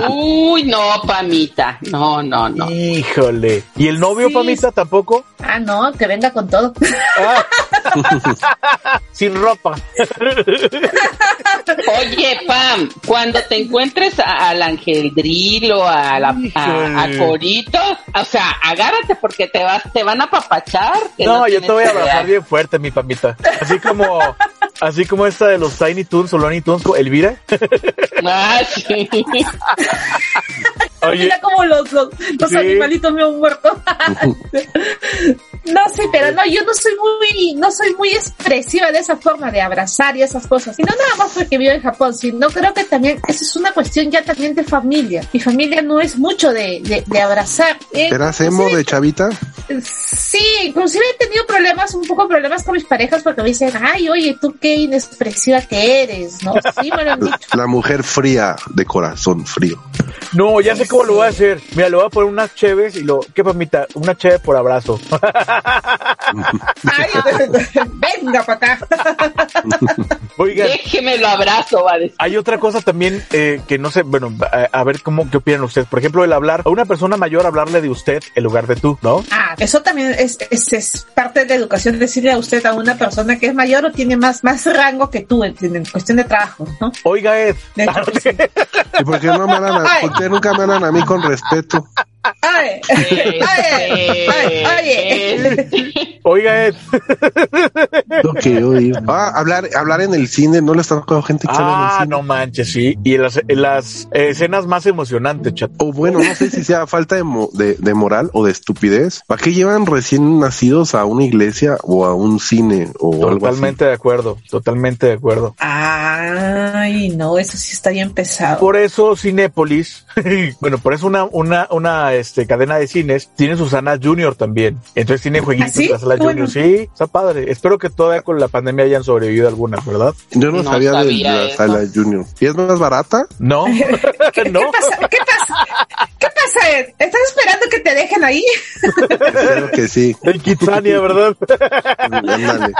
[SPEAKER 2] Uy, no, Pamita. No, no, no.
[SPEAKER 1] Híjole. ¿Y el novio,
[SPEAKER 4] Sí.
[SPEAKER 1] Pamita, tampoco?
[SPEAKER 4] Ah, no, que venga con todo.
[SPEAKER 1] Ah. Sin ropa.
[SPEAKER 2] Oye, Pam, cuando te encuentres a- al Angeldril o a, la, a, a
[SPEAKER 1] Híjole.
[SPEAKER 2] Corito, o sea, agárrate porque te vas, te van a papachar.
[SPEAKER 1] No, yo te voy a abrazar bien fuerte, mi papita. Así como, así como esta de los Tiny Toons o Lonely Toons, con Elvira.
[SPEAKER 2] Ah, sí.
[SPEAKER 1] Oye,
[SPEAKER 4] Mira como los, los, los
[SPEAKER 1] Sí.
[SPEAKER 4] animalitos me han muerto. no sé, pero no, yo no soy muy, no soy muy expresiva de esa forma de abrazar y esas cosas. Y no nada más porque vivo en Japón, sino creo que también eso es una cuestión ya también de familia. Mi familia no es mucho de, de, de abrazar. Eh,
[SPEAKER 3] ¿Eras emo
[SPEAKER 4] sí,
[SPEAKER 3] de chavita?
[SPEAKER 4] Sí, inclusive he tenido problemas, un poco problemas con mis parejas porque me dicen, ay, oye, tú qué inexpresiva que eres, ¿no? Sí, me lo han dicho.
[SPEAKER 3] La mujer fría, de corazón frío.
[SPEAKER 1] no, ya sé cómo lo voy a hacer. Mira, le voy a poner unas cheves y lo, ¿qué papita? Una cheve por abrazo.
[SPEAKER 4] Ay, venga para acá.
[SPEAKER 1] Oigan,
[SPEAKER 2] Déjeme lo abrazo, va a decir.
[SPEAKER 1] hay otra cosa también eh, que no sé, bueno, a, a ver cómo, qué opinan ustedes. Por ejemplo, el hablar a una persona mayor, hablarle de usted en lugar de tú, ¿no?
[SPEAKER 4] Ah, eso también es, es, es parte de la educación, decirle a usted a una persona que es mayor o tiene más, más rango que tú en, en cuestión de trabajo, ¿no?
[SPEAKER 1] Oiga, Ed.
[SPEAKER 4] De hecho, que sí.
[SPEAKER 3] ¿Y por qué no me hablan a,
[SPEAKER 4] Ay.
[SPEAKER 3] por qué nunca me hablan a mí con respeto?
[SPEAKER 4] Ay, ay,
[SPEAKER 1] Eh,
[SPEAKER 4] ay, oye.
[SPEAKER 1] Oiga, Ed.
[SPEAKER 3] Lo que yo digo. Ah, hablar, hablar en el cine, no les está tocando gente que habla en
[SPEAKER 1] Ah,
[SPEAKER 3] el cine.
[SPEAKER 1] no manches, sí. Y en las, en las eh, escenas más emocionantes, chat.
[SPEAKER 3] O bueno, no sé si sea falta de, mo- de, de moral o de estupidez. ¿Para qué llevan recién nacidos a una iglesia o a un cine o algo así?
[SPEAKER 1] Totalmente de acuerdo, totalmente de acuerdo.
[SPEAKER 4] Ay, no, eso sí está bien pesado.
[SPEAKER 1] Por eso Cinépolis, bueno, por eso una, una, una este, cadena de cines tiene Susana Junior también. Entonces tiene jueguitos
[SPEAKER 4] ¿Ah, sí?
[SPEAKER 1] en la sala
[SPEAKER 4] Qué bueno.
[SPEAKER 1] Junior. Sí, está padre. Espero que todavía con la pandemia hayan sobrevivido algunas, ¿verdad?
[SPEAKER 3] Yo no,
[SPEAKER 2] No
[SPEAKER 3] sabía, de-
[SPEAKER 2] sabía
[SPEAKER 3] de la
[SPEAKER 2] eso.
[SPEAKER 3] sala Junior. ¿Y es más barata?
[SPEAKER 1] No,
[SPEAKER 4] ¿Qué,
[SPEAKER 1] no.
[SPEAKER 4] ¿Qué pasa? ¿Qué pasa? ¿Qué pasa, Ed? ¿Estás esperando que te dejen ahí?
[SPEAKER 3] Espero que sí.
[SPEAKER 1] En Kitsania, ¿verdad?
[SPEAKER 3] Ándale.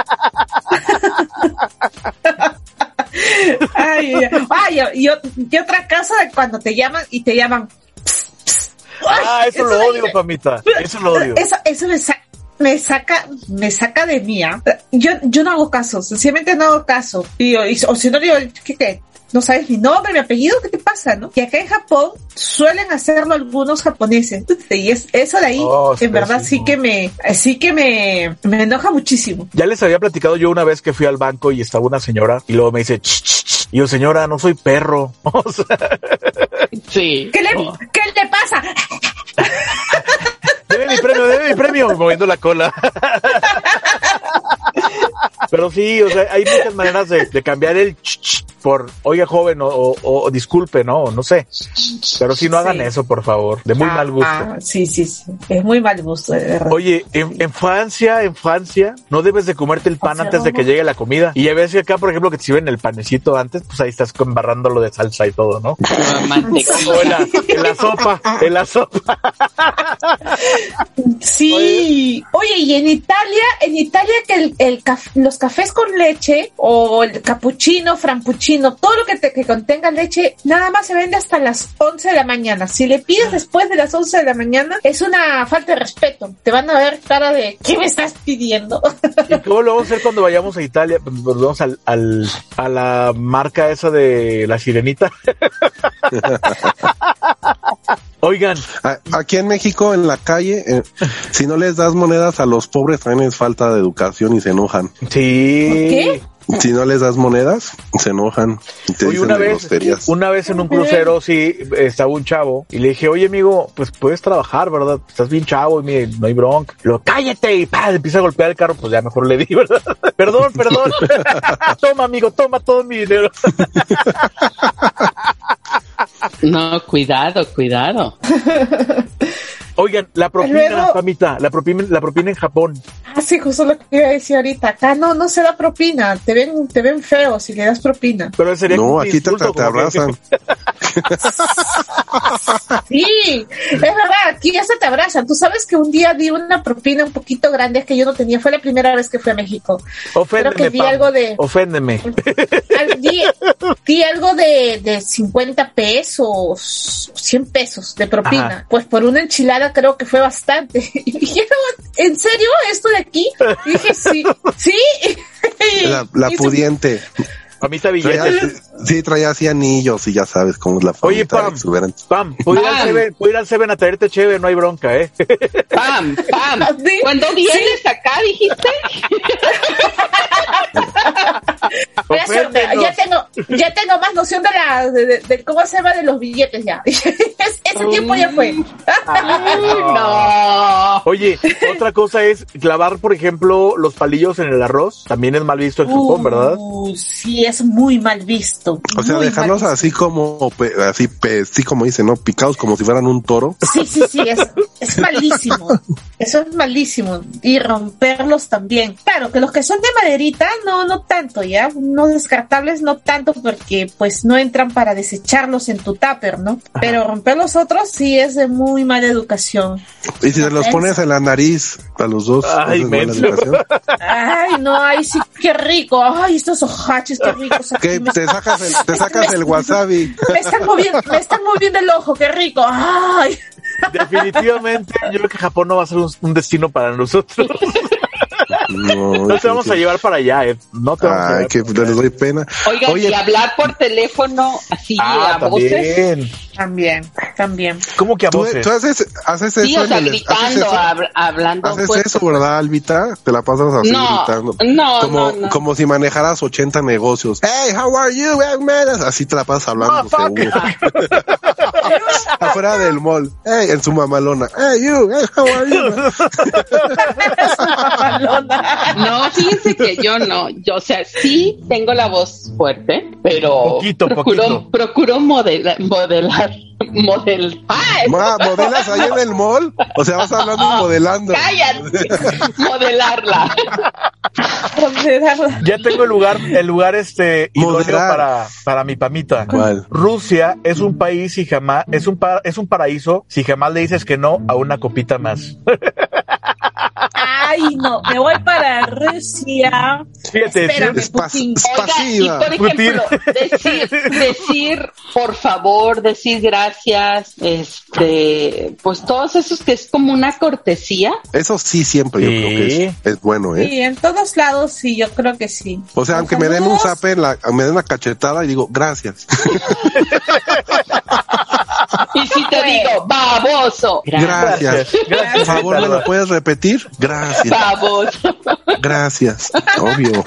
[SPEAKER 4] Ay, ay, ay, y, y otra cosa de cuando te llaman y te llaman. "Ps, ps". Ay,
[SPEAKER 1] Ah, eso
[SPEAKER 4] de-
[SPEAKER 1] lo odio, Pamita. Eso lo odio.
[SPEAKER 4] Eso, eso me, sa- me saca, me saca de mía. Yo, yo no hago caso, sencillamente no hago caso. Y, y- o si no digo, ¿qué qué? No sabes mi nombre, mi apellido, ¿qué te pasa, no? Y acá en Japón suelen hacerlo algunos japoneses. Y es eso de ahí,
[SPEAKER 1] Oh, es
[SPEAKER 4] en verdad sí
[SPEAKER 1] pésimo.
[SPEAKER 4] que me, sí que me, me enoja muchísimo.
[SPEAKER 1] Ya les había platicado yo una vez que fui al banco y estaba una señora y luego me dice, "Ch, ch, ch". Y yo, señora, no soy perro. O sea,
[SPEAKER 2] Sí.
[SPEAKER 4] ¿Qué le,
[SPEAKER 1] Oh.
[SPEAKER 2] No.
[SPEAKER 4] ¿Qué le pasa?
[SPEAKER 1] Debe mi premio, debe mi premio, moviendo la cola. Pero sí, o sea, hay muchas maneras de, de cambiar el ch, ch por oiga joven o, o- o disculpe, ¿no? No sé. Pero sí, no hagan
[SPEAKER 4] Sí.
[SPEAKER 1] eso, por favor. De muy
[SPEAKER 4] Ah,
[SPEAKER 1] mal gusto.
[SPEAKER 4] ah, sí, sí, sí. Es muy mal gusto, de verdad.
[SPEAKER 1] Oye, en, en Francia, en Francia, no debes de comerte el pan
[SPEAKER 4] O sea,
[SPEAKER 1] antes de que
[SPEAKER 4] vamos.
[SPEAKER 1] llegue la comida. Y a veces acá, por ejemplo, que te sirven el panecito antes, pues ahí estás embarrándolo de salsa y todo, ¿no?
[SPEAKER 2] Mantequilla.
[SPEAKER 1] O en la, en la sopa, en la sopa.
[SPEAKER 4] Sí. Oye, y en Italia, en Italia que el, el caf- los cafés con leche o el capuchino, frampuchino, todo lo que, te- que contenga leche, nada más se vende hasta las 11 de la mañana. Si le pides después de las 11 de la mañana, es una falta de respeto. Te van a ver cara de, ¿qué me estás pidiendo?
[SPEAKER 1] ¿Y cómo lo vamos a hacer cuando vayamos a Italia? Pues nos vamos al, al- a la marca esa de la sirenita. Oigan,
[SPEAKER 3] A- Aquí en México, en la calle, eh, si no les das monedas a los pobres, también es falta de educación y se enojan.
[SPEAKER 1] sí.
[SPEAKER 4] ¿Qué?
[SPEAKER 3] Si no les das monedas, se enojan y te
[SPEAKER 1] Oye,
[SPEAKER 3] dicen
[SPEAKER 1] una
[SPEAKER 3] de
[SPEAKER 1] vez,
[SPEAKER 3] groserías.
[SPEAKER 1] una vez en un crucero, sí, estaba un chavo y le dije, oye amigo, pues puedes trabajar, ¿verdad? Estás bien chavo y mire, no hay bronca. Lo cállate y pa, le empieza a golpear el carro, pues ya mejor le di, ¿verdad? Perdón, perdón. toma, amigo, toma todo mi dinero.
[SPEAKER 2] No, cuidado, cuidado.
[SPEAKER 1] Oigan, la propina,
[SPEAKER 4] Luego-
[SPEAKER 1] famita, la propina, la propina en Japón.
[SPEAKER 4] Ah, sí, justo lo que iba a decir ahorita. Acá no, no se da propina. Te ven, te ven feo si le das propina.
[SPEAKER 1] Pero sería como
[SPEAKER 3] No,
[SPEAKER 1] un
[SPEAKER 3] aquí te,
[SPEAKER 1] insulto,
[SPEAKER 3] te- te
[SPEAKER 1] como que-
[SPEAKER 3] abrazan.
[SPEAKER 4] Sí, es verdad, aquí ya se te abrazan. Tú sabes que un día di una propina un poquito grande que yo no tenía, fue la primera vez que fui a México.
[SPEAKER 1] Oféndeme,
[SPEAKER 4] Creo que di
[SPEAKER 1] Pam,
[SPEAKER 4] algo de-
[SPEAKER 1] Oféndeme.
[SPEAKER 4] Al- Di, di algo de, de 50 pesos, 100 pesos de propina.
[SPEAKER 1] Ajá.
[SPEAKER 4] Pues por una enchilada creo que fue bastante. Y dije, "No, ¿en serio esto de aquí? Y dije, sí, sí.
[SPEAKER 3] La, la
[SPEAKER 4] Y su-
[SPEAKER 3] pudiente.
[SPEAKER 1] Famita
[SPEAKER 3] Traía,
[SPEAKER 1] billete.
[SPEAKER 3] sí, traía así anillos y ya sabes cómo es la
[SPEAKER 1] Oye,
[SPEAKER 3] famita
[SPEAKER 1] Pam.
[SPEAKER 3] exuberante.
[SPEAKER 1] Pam, puedo ir, al
[SPEAKER 2] Pam.
[SPEAKER 1] Seven, puedo ir al Seven a traerte chévere, no hay bronca, ¿eh?
[SPEAKER 2] Pam, pam.
[SPEAKER 4] Sí,
[SPEAKER 2] Cuando vienes acá, dijiste.
[SPEAKER 4] Ya, se-
[SPEAKER 1] Oféndenos.
[SPEAKER 4] ya tengo, ya tengo más noción de la, de, de- de cómo se va de los billetes ya. Es- Ese tiempo ya fue.
[SPEAKER 2] No.
[SPEAKER 1] Oye, otra cosa es clavar, por ejemplo, los palillos en el arroz. También es mal visto en Japón, ¿verdad?
[SPEAKER 4] Uh, sí, es muy mal visto.
[SPEAKER 3] O sea,
[SPEAKER 4] muy
[SPEAKER 3] dejarlos
[SPEAKER 4] mal
[SPEAKER 3] así como, pe- así, pe- sí, como dicen, ¿no? Picados como si fueran un toro.
[SPEAKER 4] visto. Sí, sí, sí, es, es malísimo. Eso es malísimo. Y romperlos también. Claro, que los que son de maderita, no, no tanto, ¿ya? No descartables, no tanto, porque pues no entran para desecharlos en tu tupper, ¿no? Pero romper los otros sí es de muy mala educación.
[SPEAKER 3] Y si te los pones en la nariz a los dos,
[SPEAKER 1] Ay,
[SPEAKER 3] esa es buena
[SPEAKER 1] menso.
[SPEAKER 3] educación.
[SPEAKER 4] Ay, no, ay, sí, qué rico. Ay, estos ojaches, qué ricos.
[SPEAKER 3] que
[SPEAKER 4] Aquí me,
[SPEAKER 3] te sacas el, te sacas el wasabi.
[SPEAKER 4] me están moviendo, me están moviendo el ojo, qué rico. Ay,
[SPEAKER 1] Definitivamente, yo creo que Japón no va a ser un, un destino para nosotros.
[SPEAKER 3] No,
[SPEAKER 1] No te vamos a llevar para allá, ¿eh? No te vamos a
[SPEAKER 3] Ay,
[SPEAKER 1] llevar.
[SPEAKER 3] que les doy pena.
[SPEAKER 2] Oigan,
[SPEAKER 3] Oye.
[SPEAKER 2] y hablar por teléfono así
[SPEAKER 1] Ah,
[SPEAKER 2] a voces.
[SPEAKER 1] también.
[SPEAKER 4] también, también.
[SPEAKER 1] ¿Cómo que a
[SPEAKER 3] Tú,
[SPEAKER 1] voces?
[SPEAKER 3] tú haces, haces eso,
[SPEAKER 2] Sí, o sea,
[SPEAKER 3] en el- haces
[SPEAKER 2] gritando, ah,
[SPEAKER 3] eso,
[SPEAKER 2] hab- hablando.
[SPEAKER 3] haces
[SPEAKER 2] pues,
[SPEAKER 3] eso, ¿verdad, Albita? Te la pasas así
[SPEAKER 2] No,
[SPEAKER 3] gritando.
[SPEAKER 2] no,
[SPEAKER 3] como,
[SPEAKER 2] no, no.
[SPEAKER 3] como si manejaras 80 negocios. Hey, how are you, young man? Así te la pasas hablando, seguro. Afuera del mall. Hey, en su mamalona. Hey, you, hey, how are you?
[SPEAKER 2] No, fíjense que yo no. Yo, o sea, sí tengo la voz fuerte, pero
[SPEAKER 1] Poquito,
[SPEAKER 2] procuro,
[SPEAKER 1] poquito.
[SPEAKER 2] procuro modela- modelar, modelar. ¡Ay!
[SPEAKER 3] Ma, ¿Modelas ahí en el mall? O sea, vas hablando y modelando.
[SPEAKER 2] ¡Cállate! Modelarla.
[SPEAKER 1] Ya tengo el lugar, el lugar este idóneo
[SPEAKER 3] Moderar.
[SPEAKER 1] para, para mi pamita.
[SPEAKER 3] ¿Cuál?
[SPEAKER 1] Rusia es un país y jamás, es un pa- es un paraíso si jamás le dices que no a una copita más.
[SPEAKER 4] Ay, no, me voy para Rusia.
[SPEAKER 1] Fíjate,
[SPEAKER 4] Espérame,
[SPEAKER 3] Es, pas-
[SPEAKER 4] Putin.
[SPEAKER 3] es
[SPEAKER 2] Oiga,
[SPEAKER 3] pasiva.
[SPEAKER 2] y por ejemplo, decir, decir por favor, decir gracias, este, pues todos esos que es como una cortesía.
[SPEAKER 3] Eso sí, siempre
[SPEAKER 1] Sí.
[SPEAKER 3] yo creo que es, es bueno, ¿eh?
[SPEAKER 4] Sí, en todos lados sí, yo creo que sí.
[SPEAKER 3] O sea, aunque me den un zape, en la, me den una cachetada y digo, gracias.
[SPEAKER 2] Y si te digo, baboso,
[SPEAKER 3] Ah, Gracias.
[SPEAKER 1] Gracias. Gracias,
[SPEAKER 3] Por favor, ¿me lo
[SPEAKER 1] Salvador.
[SPEAKER 3] puedes repetir? Gracias.
[SPEAKER 2] baboso.
[SPEAKER 3] Gracias. Obvio.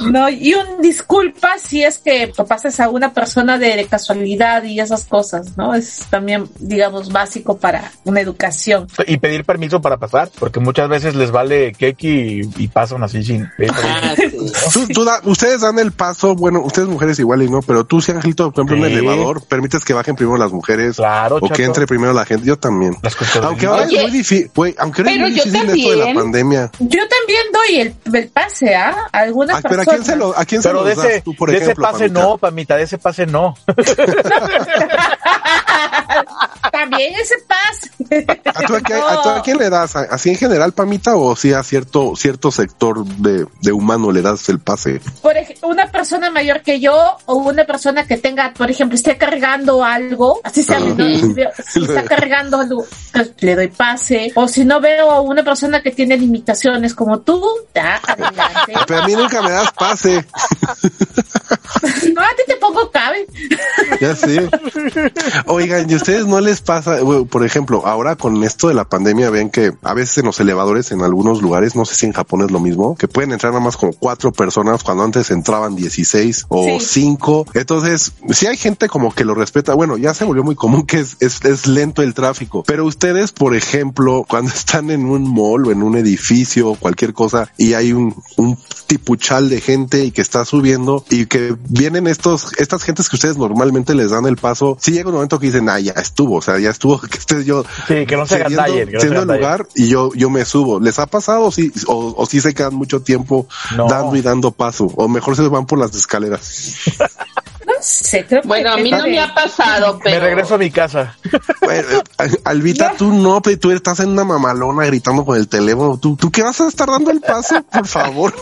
[SPEAKER 6] No, y un disculpa si es que pasas a una persona de, de casualidad y esas cosas, ¿no? Es también, digamos, básico para una educación.
[SPEAKER 1] Y pedir permiso para pasar, porque muchas veces les vale keki y, y pasan así sin pedir permiso.
[SPEAKER 2] Ah, sí.
[SPEAKER 3] Tú- tú da- ustedes dan el paso, bueno, ustedes mujeres igual y no, pero tú, si Angelito, por ejemplo, en
[SPEAKER 1] Sí.
[SPEAKER 3] el elevador, permites que bajen primero las mujeres
[SPEAKER 1] Claro,
[SPEAKER 3] o
[SPEAKER 1] chato.
[SPEAKER 3] que entre primero la gente. Yo también.
[SPEAKER 1] Las cosas
[SPEAKER 3] Aunque
[SPEAKER 1] de-
[SPEAKER 3] ahora
[SPEAKER 2] Oye,
[SPEAKER 3] es muy difícil, aunque ahora es
[SPEAKER 2] pero
[SPEAKER 3] muy
[SPEAKER 2] yo
[SPEAKER 3] difícil esto de la
[SPEAKER 2] también.
[SPEAKER 3] pandemia.
[SPEAKER 6] Yo también doy el, el pase ¿ah? a algunas
[SPEAKER 3] Ah, pero ¿a quién
[SPEAKER 6] personas.
[SPEAKER 3] se lo, a quién se
[SPEAKER 1] Pero
[SPEAKER 3] los
[SPEAKER 1] de
[SPEAKER 3] das
[SPEAKER 1] ese,
[SPEAKER 3] tú, por
[SPEAKER 1] de
[SPEAKER 3] ejemplo?
[SPEAKER 1] ese pase
[SPEAKER 3] Pamita?
[SPEAKER 1] no, Pamita, de ese pase no.
[SPEAKER 6] También ese pase.
[SPEAKER 3] ¿A tú, a, qué- a tú a quién le das? ¿A- ¿Así en general, Pamita, o sí a cierto, cierto sector de, de humano le das el pase?
[SPEAKER 6] por ej- una persona mayor que yo o una persona que tenga, por ejemplo, esté cargando algo, así sea,
[SPEAKER 3] Ajá.
[SPEAKER 6] menor, si veo- si está cargando algo, pues, le doy pase, o si no veo a una persona que tiene limitaciones como tú, da, adelante.
[SPEAKER 3] Ah, Pero a mí nunca me das pase.
[SPEAKER 6] Si no, a ti te pongo cabe.
[SPEAKER 3] Ya sé. Oigan, ¿y a ustedes no les pasa? Bueno, Por ejemplo, ahora con esto de la pandemia, ven que a veces en los elevadores en algunos lugares, no sé si en Japón es lo mismo, que pueden entrar nada más como cuatro personas cuando antes entraban 16 o
[SPEAKER 6] Sí.
[SPEAKER 3] cinco. Entonces, si hay gente como que lo respeta, bueno, ya se volvió muy común que es, es, es lento el tráfico. Pero ustedes, por ejemplo, cuando están en un mall o en un edificio o cualquier cosa y hay un, un tipuchal de gente y que está subiendo y que vienen estos, estas gentes que ustedes normalmente les dan el paso, si llega un momento que dicen, ah, ya estuvo, o sea, ya estuvo, que esté yo
[SPEAKER 1] Sí, que no se
[SPEAKER 3] cediendo-
[SPEAKER 1] agandallen. que no se
[SPEAKER 3] cediendo el
[SPEAKER 1] agandallen.
[SPEAKER 3] lugar y yo, yo me subo. ¿Les ha pasado sí, o, o si se quedan mucho tiempo
[SPEAKER 1] No.
[SPEAKER 3] dando y dando paso? O mejor se van por las escaleras.
[SPEAKER 6] No sé, creo que
[SPEAKER 2] Bueno, a mí no me ha pasado, pero.
[SPEAKER 1] Me regreso a mi casa.
[SPEAKER 3] Bueno, eh, Alvita, tú no, pero tú estás en una mamalona gritando con el teléfono. ¿Tú, tú qué vas a estar dando el paso? Por favor.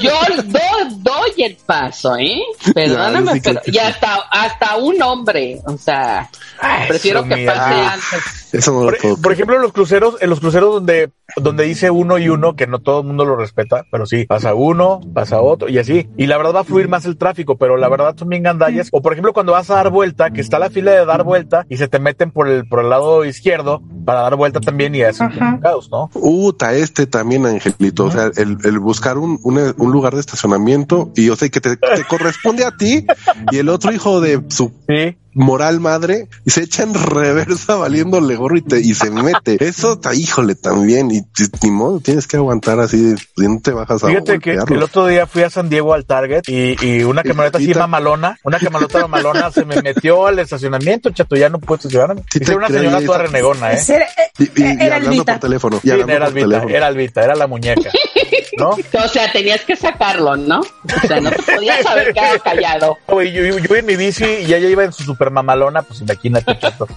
[SPEAKER 2] Yo do- doy el paso, ¿eh?
[SPEAKER 3] Ya,
[SPEAKER 2] Perdóname,
[SPEAKER 3] sí,
[SPEAKER 2] pero.
[SPEAKER 3] creo que
[SPEAKER 2] Y
[SPEAKER 3] sí.
[SPEAKER 2] hasta, hasta un hombre, o sea,
[SPEAKER 1] Ay,
[SPEAKER 2] prefiero
[SPEAKER 1] Dios
[SPEAKER 2] que
[SPEAKER 1] mío.
[SPEAKER 2] pase
[SPEAKER 1] Ah.
[SPEAKER 2] antes.
[SPEAKER 3] Eso no lo puedo
[SPEAKER 1] Por, por ejemplo, en los cruceros, en los cruceros donde, donde dice uno y uno, que no todo el mundo lo respeta, pero sí, pasa uno, pasa otro y así. Y la verdad va a fluir más el tráfico, pero la verdad son bien gandallas. O por ejemplo, cuando vas a dar vuelta, que está la fila de dar vuelta y se te meten por el, por el lado izquierdo para dar vuelta también y hacen
[SPEAKER 6] Ajá.
[SPEAKER 1] un caos, ¿no?
[SPEAKER 3] Uta, este también, Angelito. O sea, el, el buscar un, un- un lugar de estacionamiento y yo sé que te, te corresponde a ti y el otro hijo de su
[SPEAKER 1] Sí.
[SPEAKER 3] moral madre y se echa en reversa valiéndole gorro y, te, y se mete. Eso, ta- híjole, también. Y, y ni modo, tienes que aguantar así. y no te bajas a
[SPEAKER 1] Fíjate que
[SPEAKER 3] golpearlo.
[SPEAKER 1] el otro día fui a San Diego al Target y, y una camioneta así
[SPEAKER 3] Quita.
[SPEAKER 1] mamalona, una camioneta mamalona se me metió al estacionamiento, chato, ya no puedo estacionarme.
[SPEAKER 3] Sí te
[SPEAKER 1] Y era una
[SPEAKER 3] creo,
[SPEAKER 1] señora
[SPEAKER 3] ya
[SPEAKER 1] toda
[SPEAKER 3] está.
[SPEAKER 1] renegona, ¿eh?
[SPEAKER 6] Ser- eh,
[SPEAKER 3] Y, y- y
[SPEAKER 6] eh, era
[SPEAKER 3] hablando por
[SPEAKER 6] Alvita.
[SPEAKER 3] teléfono. Y
[SPEAKER 1] Sí,
[SPEAKER 3] hablando
[SPEAKER 1] era
[SPEAKER 3] por
[SPEAKER 1] Albita,
[SPEAKER 3] teléfono.
[SPEAKER 1] era Albita, era la muñeca, ¿no?
[SPEAKER 2] O sea, tenías que sacarlo, ¿no? O sea, no te podías haber quedado callado.
[SPEAKER 1] No, güey, yo, yo- yo en mi bici y ella iba en su super mamalona, pues imagínate, chato.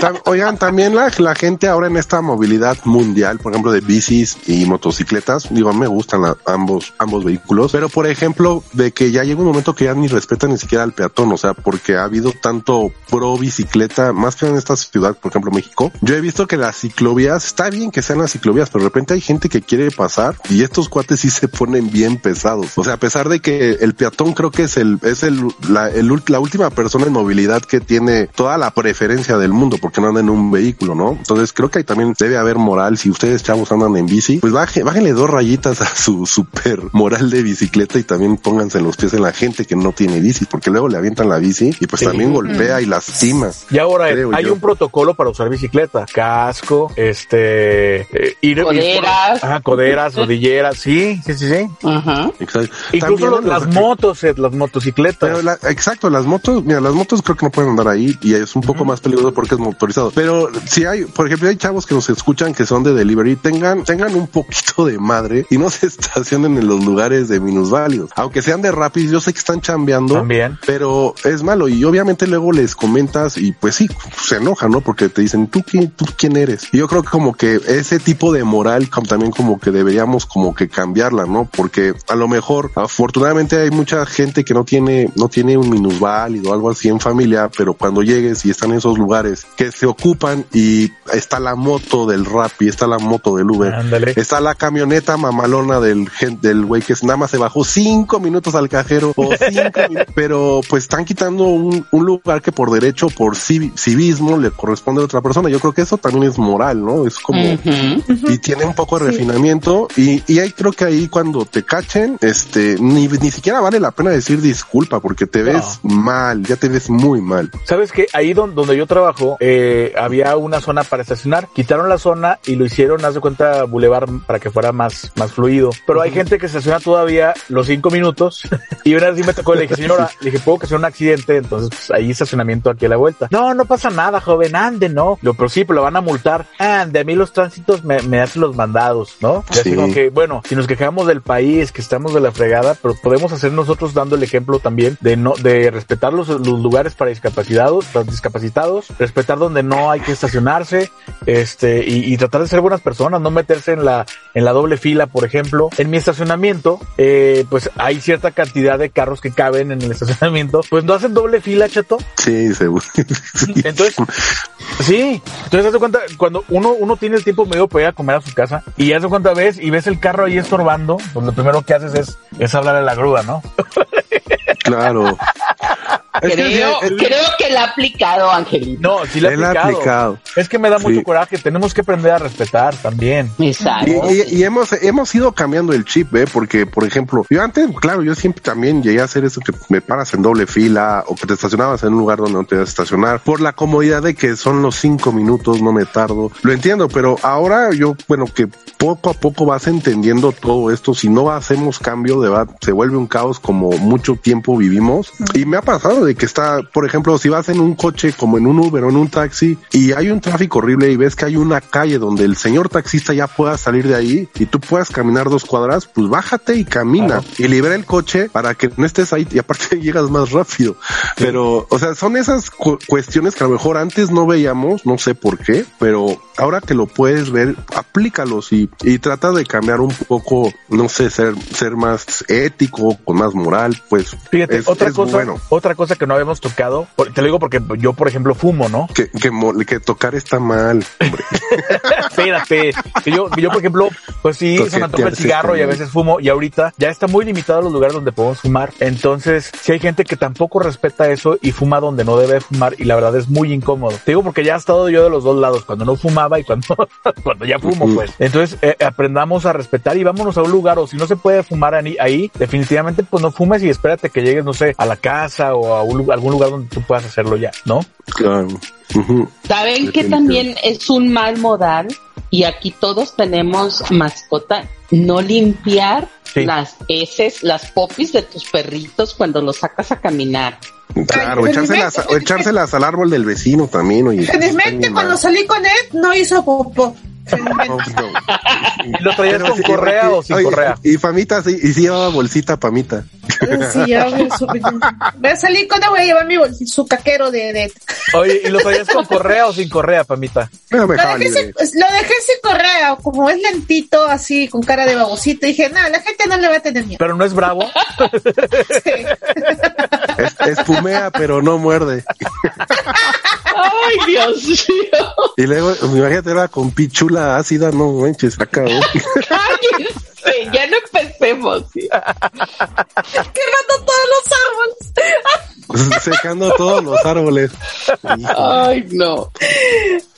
[SPEAKER 3] Tam- Oigan, también la, la gente ahora en esta movilidad mundial, por ejemplo, de bicis y motocicletas, digo, a mí me gustan la- ambos, ambos vehículos, pero por ejemplo, de que ya llega un momento que ya ni respetan ni siquiera al peatón, o sea, porque ha habido tanto pro bicicleta, más que en esta ciudad, por ejemplo, México. Yo he visto que las ciclovías, está bien que sean las ciclovías, pero de repente hay gente que quiere pasar y estos cuates sí se ponen bien pesados. O sea, a pesar de que el peatón creo que es el, es el, la, el ul- la última persona en movilidad que tiene toda la preferencia del mundo porque no anda en un vehículo, ¿no? Entonces creo que ahí también debe haber moral. Si ustedes chavos andan en bici, pues baje, bájenle dos rayitas a su super moral de bicicleta y también pónganse los pies en la gente que no tiene bici, porque luego le avientan la bici y pues
[SPEAKER 1] Sí.
[SPEAKER 3] también golpea y lastima.
[SPEAKER 1] Y ahora eh,
[SPEAKER 3] Creo
[SPEAKER 1] hay
[SPEAKER 3] yo.
[SPEAKER 1] un protocolo para usar bicicleta, casco, este, eh, ir- ir-
[SPEAKER 2] Coderas.
[SPEAKER 1] ajá, coderas, rodilleras, sí, sí, sí, sí.
[SPEAKER 2] Ajá.
[SPEAKER 3] Exacto.
[SPEAKER 1] Incluso
[SPEAKER 3] También
[SPEAKER 1] los-
[SPEAKER 3] los-
[SPEAKER 1] las motos, Ed, las motocicletas.
[SPEAKER 3] Pero la- exacto, las motos, mira, las motos creo que no pueden andar ahí y es un poco más peligroso porque es motorizado. Pero si hay, por ejemplo, hay chavos que nos escuchan que son de delivery, tengan, tengan un poquito de madre y no se estacionen en los lugares de minusválidos. Aunque sean de rápido, yo sé que están chambeando.
[SPEAKER 1] También.
[SPEAKER 3] Pero es malo y obviamente luego les comentas y pues sí, se enojan, ¿no? Porque te dicen, ¿tú quién, tú quién eres? Y yo creo que como que ese tipo de moral como también como que deberíamos como que cambiarla, ¿no? Porque a lo mejor afortunadamente hay mucha gente que no tiene, no tiene un minusválido o algo así en familia, pero cuando llegues y están en esos lugares que que se ocupan y está la moto del Rappi, está la moto del Uber,
[SPEAKER 1] Ándale.
[SPEAKER 3] está la camioneta mamalona del gen- del güey que nada más se bajó cinco minutos al cajero o cinco minu- pero pues están quitando un, un lugar que por derecho, por civi- civismo le corresponde a otra persona. Yo creo que eso también es moral, ¿no? Es como
[SPEAKER 2] Ujú.
[SPEAKER 3] y tiene un poco de refinamiento y, y ahí creo que ahí cuando te cachen, este, ni, ni siquiera vale la pena decir disculpa porque te ves mal, ya te ves muy mal.
[SPEAKER 1] ¿Sabes que Ahí don- donde yo trabajo eh, había una zona para estacionar. Quitaron la zona y lo hicieron, haz de cuenta, bulevar para que fuera más, más fluido. Pero hay gente que estaciona todavía los cinco minutos. Y una vez sí me tocó, le dije, señora, le dije, puedo que sea un accidente. Entonces, pues, ahí estacionamiento aquí a la vuelta. No, no pasa nada, joven, ande, no. Lo, pero sí, pero lo van a multar. Ande, a mí los tránsitos me, me hacen los mandados, ¿no? Y así
[SPEAKER 3] Sí.
[SPEAKER 1] como que, bueno, si nos quejamos del país, que estamos de la fregada, pero podemos hacer nosotros dando el ejemplo también de no, de respetar los, los lugares para discapacitados, para discapacitados, respetar donde no hay que estacionarse, este, y, y tratar de ser buenas personas, no meterse en la, en la doble fila, por ejemplo. En mi estacionamiento, eh, pues hay cierta cantidad de carros que caben en el estacionamiento, pues no hacen doble fila, chato.
[SPEAKER 3] Sí, seguro.
[SPEAKER 1] Entonces, sí, entonces haz de cuenta, cuando uno, uno tiene el tiempo medio para ir a comer a su casa y haz de cuenta ves y ves el carro ahí estorbando, pues lo primero que haces es, es hablar a la grúa, ¿no?
[SPEAKER 3] claro. Es que
[SPEAKER 2] Creo,
[SPEAKER 3] sí, él-
[SPEAKER 2] creo que la ha aplicado, Angelina.
[SPEAKER 1] No, sí le ha
[SPEAKER 3] él ha
[SPEAKER 1] aplicado.
[SPEAKER 3] aplicado.
[SPEAKER 1] Es que me da mucho
[SPEAKER 3] Sí.
[SPEAKER 1] coraje, tenemos que aprender a respetar también.
[SPEAKER 2] Exacto.
[SPEAKER 3] Y, y- y hemos, hemos ido cambiando el chip, ¿eh? porque, por ejemplo, yo antes, claro, yo siempre también llegué a hacer eso que me paras en doble fila o que te estacionabas en un lugar donde no te ibas a estacionar por la comodidad de que son los cinco minutos, no me tardo. Lo entiendo, pero ahora yo, bueno, que poco a poco vas entendiendo todo esto. Si no hacemos cambio de verdad, se vuelve un caos como mucho tiempo vivimos. Y me ha pasado de que está, por ejemplo, si vas en un coche como en un Uber o en un taxi y hay un tráfico horrible y ves que hay una calle donde el señor taxista ya pueda salir de ahí y tú puedas caminar dos cuadras, pues bájate y camina y libera el coche para que no estés ahí y aparte llegas más rápido. Pero, o sea, son esas cu- cuestiones que a lo mejor antes no veíamos, no sé por qué, pero ahora que lo puedes ver, aplícalos y, y trata de cambiar un poco, no sé, ser, ser más ético, con más moral, pues
[SPEAKER 1] Fíjate,
[SPEAKER 3] es,
[SPEAKER 1] otra
[SPEAKER 3] es
[SPEAKER 1] cosa,
[SPEAKER 3] bueno
[SPEAKER 1] otra cosa que no habíamos tocado, por- te lo digo porque yo, por ejemplo, fumo, ¿no?
[SPEAKER 3] que, que, mo- que tocar está mal.
[SPEAKER 1] Espérate, que yo, que yo, por ejemplo, pues sí, se me antoja el
[SPEAKER 3] Coquetearse
[SPEAKER 1] cigarro y a
[SPEAKER 3] también.
[SPEAKER 1] veces fumo y ahorita ya está muy limitado los lugares donde podemos fumar. Entonces, si hay gente que tampoco respeta eso y fuma donde no debe fumar y la verdad es muy incómodo. Te digo porque ya he estado yo de los dos lados, cuando no fumaba y cuando, cuando ya fumo,
[SPEAKER 3] Ujú.
[SPEAKER 1] pues. Entonces, eh, aprendamos a respetar y vámonos a un lugar o si no se puede fumar ahí, ahí, definitivamente pues no fumes y espérate que llegues, no sé, a la casa o a un lu- algún lugar donde tú puedas hacerlo ya, ¿no?
[SPEAKER 3] Claro. Ujú.
[SPEAKER 2] ¿Saben que
[SPEAKER 3] Definitivo.
[SPEAKER 2] también es un mal modal? Y aquí todos tenemos mascota. No limpiar
[SPEAKER 1] Sí.
[SPEAKER 2] las heces, las popis de tus perritos cuando los sacas a caminar.
[SPEAKER 3] Claro,
[SPEAKER 6] Ay,
[SPEAKER 3] echárselas,
[SPEAKER 6] felizmente,
[SPEAKER 3] echárselas al árbol del vecino también, oye. Está
[SPEAKER 6] Felizmente
[SPEAKER 3] bien
[SPEAKER 6] cuando
[SPEAKER 3] mal.
[SPEAKER 6] salí con él no hizo popó.
[SPEAKER 3] No,
[SPEAKER 6] Felizmente.
[SPEAKER 3] no.
[SPEAKER 1] ¿Y lo traías
[SPEAKER 3] Pero
[SPEAKER 1] con
[SPEAKER 3] sí,
[SPEAKER 1] correa
[SPEAKER 3] oye,
[SPEAKER 1] o sin
[SPEAKER 3] oye,
[SPEAKER 1] correa?
[SPEAKER 3] Y famita, sí, y sí llevaba bolsita, pamita.
[SPEAKER 6] Sí, ya voy a su- voy a salir con él, voy a llevar mi bol- su caquero de... de-
[SPEAKER 1] Oye, ¿y lo traías con correa o sin correa, Pamita?
[SPEAKER 3] Me lo
[SPEAKER 6] Lo
[SPEAKER 3] dejaba
[SPEAKER 6] dejé, sin,
[SPEAKER 3] libre.
[SPEAKER 6] lo dejé sin correa, como es lentito, así, con cara de babosito. Dije, no, la gente no le va a tener miedo.
[SPEAKER 1] Pero no es bravo.
[SPEAKER 6] Sí.
[SPEAKER 3] Es- espumea, pero no muerde.
[SPEAKER 2] ¡Ay, Dios mío!
[SPEAKER 3] Y luego, imagínate, era con pichula ácida, no manches, acá, ¿eh?
[SPEAKER 2] ¡Cállense! Ya no empecemos.
[SPEAKER 6] Quemando todos los árboles.
[SPEAKER 3] secando todos los árboles. Hijo.
[SPEAKER 2] ¡Ay, no!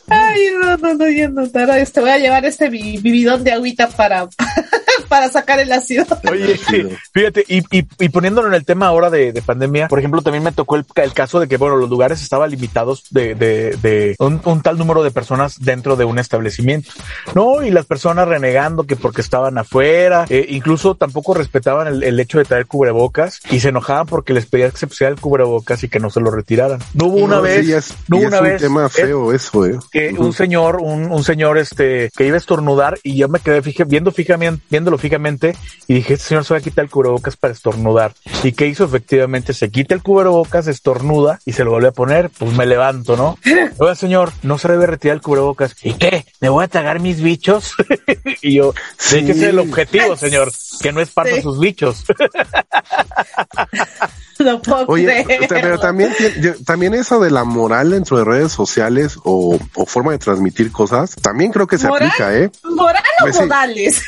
[SPEAKER 6] Ay, no, no, no, yo no, no, no, este, voy a llevar este bi- bi- bidón de agüita para, para sacar el ácido.
[SPEAKER 1] Oye,
[SPEAKER 3] Divertido.
[SPEAKER 1] fíjate, y, y, y poniéndolo en el tema ahora de, de pandemia, por ejemplo, también me tocó el, el caso de que, bueno, los lugares estaban limitados de, de, de un, un tal número de personas dentro de un establecimiento, ¿no? Y las personas renegando que porque estaban afuera, eh, incluso tampoco respetaban el, el hecho de traer cubrebocas y se enojaban porque les pedías que se pusieran el cubrebocas y que no se lo retiraran. No hubo una
[SPEAKER 3] No,
[SPEAKER 1] vez,
[SPEAKER 3] sí, ya es,
[SPEAKER 1] no
[SPEAKER 3] ya
[SPEAKER 1] hubo
[SPEAKER 3] es
[SPEAKER 1] una
[SPEAKER 3] un
[SPEAKER 1] vez.
[SPEAKER 3] tema
[SPEAKER 1] es-
[SPEAKER 3] feo eso, ¿eh?
[SPEAKER 1] que
[SPEAKER 3] Ujú.
[SPEAKER 1] un señor, un, un señor este que iba a estornudar y yo me quedé fije- viendo fijamente, viéndolo mirándolo fijamente y dije, este señor se va a quitar el cubrebocas para estornudar. ¿Y qué hizo? Efectivamente, se quita el cubrebocas, estornuda y se lo vuelve a poner. Pues me levanto, ¿no? Oiga, señor, no se debe retirar el cubrebocas. ¿Y qué? ¿Me voy a tragar mis bichos? y yo, de hecho, ese es el objetivo, señor, que no esparta
[SPEAKER 6] Sí.
[SPEAKER 1] sus bichos.
[SPEAKER 6] No puedo
[SPEAKER 3] Oye,
[SPEAKER 6] creer.
[SPEAKER 3] pero también, tien- yo- también eso de la moral dentro de redes sociales o, o forma de transmitir cosas, también creo que se
[SPEAKER 6] ¿Moral?
[SPEAKER 3] aplica, ¿eh?
[SPEAKER 6] ¿Moral o
[SPEAKER 3] Pues sí.
[SPEAKER 6] modales?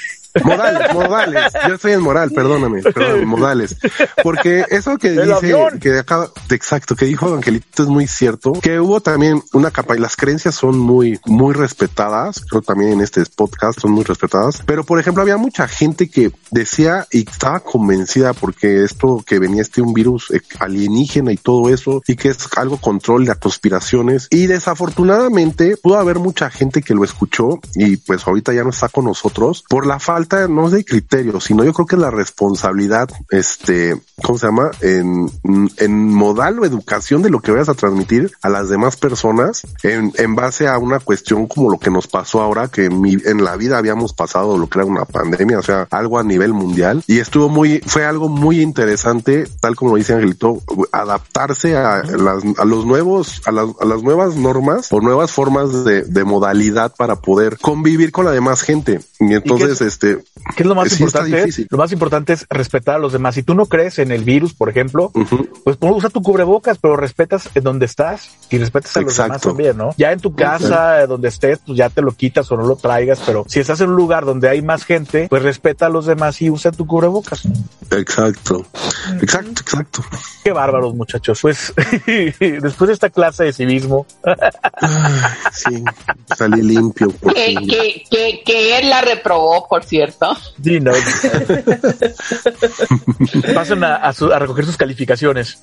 [SPEAKER 3] Modales, modales. Yo estoy en moral, perdóname, perdóname, modales. Porque eso que
[SPEAKER 1] ¡El
[SPEAKER 3] dice,
[SPEAKER 1] avión!
[SPEAKER 3] que acaba, exacto, que dijo Angelito es muy cierto, que hubo también una capa y las creencias son muy, muy respetadas. Creo también en este podcast son muy respetadas. Pero por ejemplo, había mucha gente que decía y estaba convencida porque esto que venía este un virus eh, alienígena y todo eso y que es algo control de las conspiraciones. Y desafortunadamente pudo haber mucha gente que lo escuchó y pues ahorita ya no está con nosotros por la falta, no de criterio, sino yo creo que la responsabilidad, este, ¿cómo se llama? En, en modal o educación de lo que vayas a transmitir a las demás personas en, en base a una cuestión como lo que nos pasó ahora, que en, mi- en la vida habíamos pasado lo que era una pandemia, o sea, algo a nivel mundial y estuvo muy, fue algo muy interesante, tal como lo dice Angelito, adaptarse a, las, a los nuevos, a las, a las nuevas normas o nuevas formas de, de modalidad para poder convivir con la demás gente. Y entonces, este,
[SPEAKER 1] ¿Qué es lo más
[SPEAKER 3] Sí, está
[SPEAKER 1] importante?
[SPEAKER 3] difícil.
[SPEAKER 1] Lo más importante es respetar a los demás. Si tú no crees en el virus, por ejemplo,
[SPEAKER 3] ujú,
[SPEAKER 1] pues pon- usa tu cubrebocas, pero respetas en donde estás y respetas a los demás
[SPEAKER 3] Exacto.
[SPEAKER 1] también, ¿no? Ya en tu casa, eh, donde estés, pues ya te lo quitas o no lo traigas, pero si estás en un lugar donde hay más gente, pues respeta a los demás y usa tu cubrebocas.
[SPEAKER 3] exacto, exacto, exacto.
[SPEAKER 1] Qué bárbaros, muchachos. Pues después de esta clase de civismo,
[SPEAKER 3] Sí, salí limpio.
[SPEAKER 2] Que,
[SPEAKER 3] porque-
[SPEAKER 2] que, que, que él la reprobó, por cierto.
[SPEAKER 1] sí, no. pasen a, a su- a recoger sus calificaciones.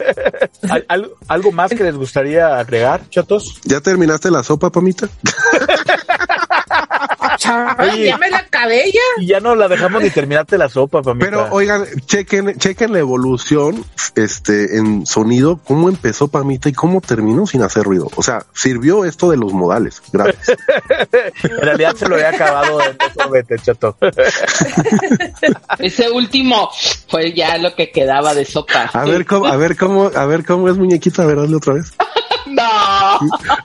[SPEAKER 1] ¿Al- al- ¿Algo más que les gustaría agregar, chatos?
[SPEAKER 3] ¿Ya terminaste la sopa, Pamita?
[SPEAKER 1] Oye.
[SPEAKER 6] ya me la acabé ya.
[SPEAKER 1] Y ya no la dejamos ni terminarte la sopa, Pamita.
[SPEAKER 3] Pero oigan, chequen, chequen la evolución este, en sonido, cómo empezó Pamita y cómo terminó sin hacer ruido. O sea, sirvió esto de los modales. Gracias.
[SPEAKER 1] En realidad se lo había acabado en eso, vete, chato.
[SPEAKER 2] Ese último fue ya lo que quedaba de sopa.
[SPEAKER 3] A ver cómo, a ver cómo, a ver cómo es muñequita, a ver, hazle otra vez.
[SPEAKER 2] No.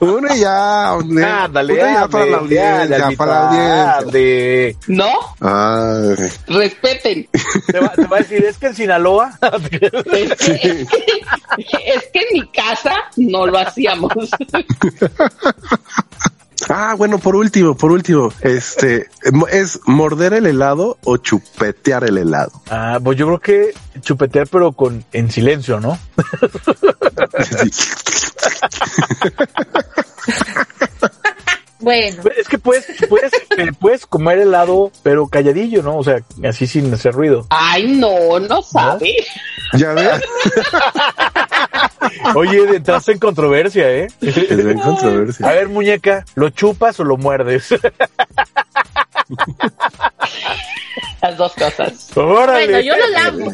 [SPEAKER 3] Uno y ya, hombre.
[SPEAKER 1] Ándale,
[SPEAKER 3] uno ya para la
[SPEAKER 1] ándale,
[SPEAKER 3] audiencia,
[SPEAKER 1] ándale,
[SPEAKER 3] para la audiencia.
[SPEAKER 1] ándale.
[SPEAKER 2] No,
[SPEAKER 3] Ay,
[SPEAKER 2] respeten.
[SPEAKER 1] Te va, te va a decir, es que en Sinaloa.
[SPEAKER 2] Es que, es que en mi casa no lo hacíamos.
[SPEAKER 3] Ah, bueno, por último, por último, este es morder el helado o chupetear el helado.
[SPEAKER 1] Ah, pues yo creo que chupetear, pero con en silencio, ¿no?
[SPEAKER 4] Bueno,
[SPEAKER 1] Es que puedes, puedes, eh, puedes comer helado, pero calladillo, ¿no? O sea, así sin hacer ruido.
[SPEAKER 2] Ay, no, no sabe.
[SPEAKER 3] Ya ves,
[SPEAKER 1] Oye, entraste en controversia, ¿eh?
[SPEAKER 3] es bien controversia.
[SPEAKER 1] A ver, muñeca, ¿lo chupas o lo muerdes?
[SPEAKER 2] Las dos cosas.
[SPEAKER 1] Órale.
[SPEAKER 4] bueno, yo lo lavo.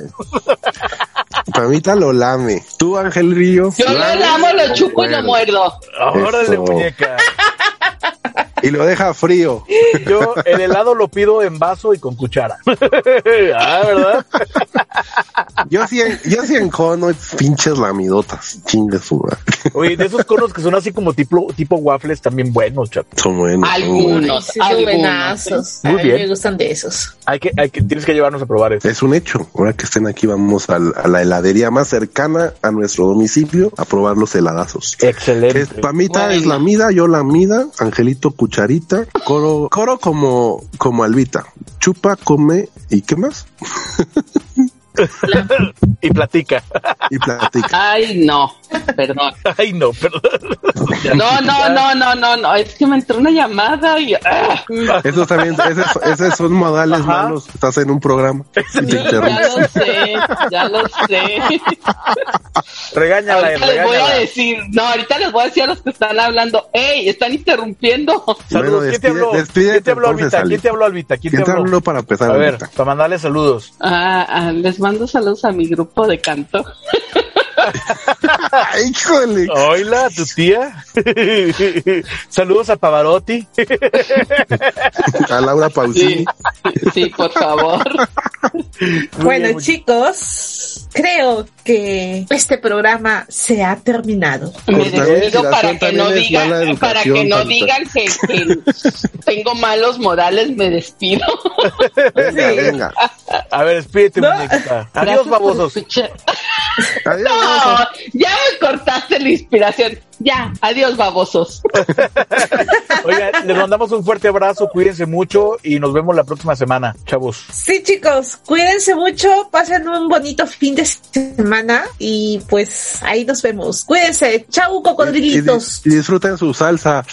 [SPEAKER 3] Pamita lo lame. Tú, Ángel Río.
[SPEAKER 2] Yo lo lamo, lo chupo y lo
[SPEAKER 3] Bueno.
[SPEAKER 2] muerdo.
[SPEAKER 1] Ah, Órale,
[SPEAKER 3] Eso.
[SPEAKER 1] muñeca.
[SPEAKER 3] Y lo deja frío.
[SPEAKER 1] Yo el helado lo pido en vaso y con cuchara. ah, ¿verdad?
[SPEAKER 3] Yo sí, en- yo sí encono pinches lamidotas. Chingue su madre.
[SPEAKER 1] Oye, de esos conos que son así como tipo, tipo waffles también buenos, chato.
[SPEAKER 3] Son buenos. son buenos.
[SPEAKER 2] Algunos,
[SPEAKER 4] Sí, son
[SPEAKER 2] algunos.
[SPEAKER 4] buenazos.
[SPEAKER 1] Muy
[SPEAKER 4] a
[SPEAKER 1] bien.
[SPEAKER 4] mí me gustan de esos.
[SPEAKER 1] Hay que, hay que, tienes que llevarnos a probar eso.
[SPEAKER 3] Es un hecho. Ahora que estén aquí, vamos al- a, la heladería más cercana a nuestro domicilio a probar los heladazos. Es,
[SPEAKER 1] Excelente.
[SPEAKER 3] Pamita
[SPEAKER 2] Bueno.
[SPEAKER 3] es la mida, yo la mida, Angelito cucharita, coro, coro como, como albita, chupa, come y qué más
[SPEAKER 1] Y platica.
[SPEAKER 3] y platica.
[SPEAKER 2] Ay, no, perdón.
[SPEAKER 1] Ay, no, perdón.
[SPEAKER 2] No, no, no, no, no, no. Es que me entró una llamada y. ¡ah!
[SPEAKER 3] Esos también, esos, esos son modales
[SPEAKER 1] Ajá.
[SPEAKER 3] malos. Estás en un programa y te
[SPEAKER 2] ya
[SPEAKER 3] interrumpes.
[SPEAKER 2] lo sé, ya lo sé.
[SPEAKER 1] Regáñala,
[SPEAKER 2] Ahorita les voy a
[SPEAKER 1] regáñala.
[SPEAKER 2] decir, no, ahorita les voy a decir a los que están hablando, ¡ey! Están interrumpiendo.
[SPEAKER 1] Saludos.
[SPEAKER 3] Bueno,
[SPEAKER 1] ¿Quién te
[SPEAKER 3] despide-
[SPEAKER 1] habló?
[SPEAKER 3] despídete
[SPEAKER 1] ¿Quién te habló,
[SPEAKER 3] entonces,
[SPEAKER 1] Albita?
[SPEAKER 3] Ali.
[SPEAKER 1] ¿Quién te habló, Albita? ¿Quién te habló?
[SPEAKER 3] para empezar
[SPEAKER 1] A ver,
[SPEAKER 3] ahorita?
[SPEAKER 1] para mandarle saludos.
[SPEAKER 2] Ah, ah, les mando saludos a mi grupo de canto.
[SPEAKER 3] Híjole.
[SPEAKER 1] Hola, tu tía. Saludos a Pavarotti.
[SPEAKER 3] A Laura
[SPEAKER 2] Sí,
[SPEAKER 3] Pausini.
[SPEAKER 2] sí, por favor.
[SPEAKER 4] Bueno,
[SPEAKER 1] bien, muy-
[SPEAKER 4] chicos, creo que este programa se ha terminado.
[SPEAKER 2] Me
[SPEAKER 3] Cortar la
[SPEAKER 2] despido para
[SPEAKER 3] relación
[SPEAKER 2] que no
[SPEAKER 3] también es mala
[SPEAKER 2] digan, para
[SPEAKER 3] educación,
[SPEAKER 2] que no
[SPEAKER 3] Paulita.
[SPEAKER 2] digan que, que tengo malos morales, me despido.
[SPEAKER 3] Venga,
[SPEAKER 4] Sí.
[SPEAKER 3] venga.
[SPEAKER 1] A ver, despídete,
[SPEAKER 4] No.
[SPEAKER 1] muñequita.
[SPEAKER 2] Gracias
[SPEAKER 1] Adiós,
[SPEAKER 2] por
[SPEAKER 1] babosos.
[SPEAKER 2] escuchar.
[SPEAKER 3] Adiós.
[SPEAKER 2] No, ya me cortaste la inspiración. Ya, adiós, babosos.
[SPEAKER 1] Oigan, les mandamos un fuerte abrazo, cuídense mucho y nos vemos la próxima semana, chavos.
[SPEAKER 4] Sí, chicos, cuídense mucho, pasen un bonito fin de semana y pues ahí nos vemos. Cuídense, chau,
[SPEAKER 3] Y,
[SPEAKER 4] cocodrilitos.
[SPEAKER 3] y disfruten su salsa.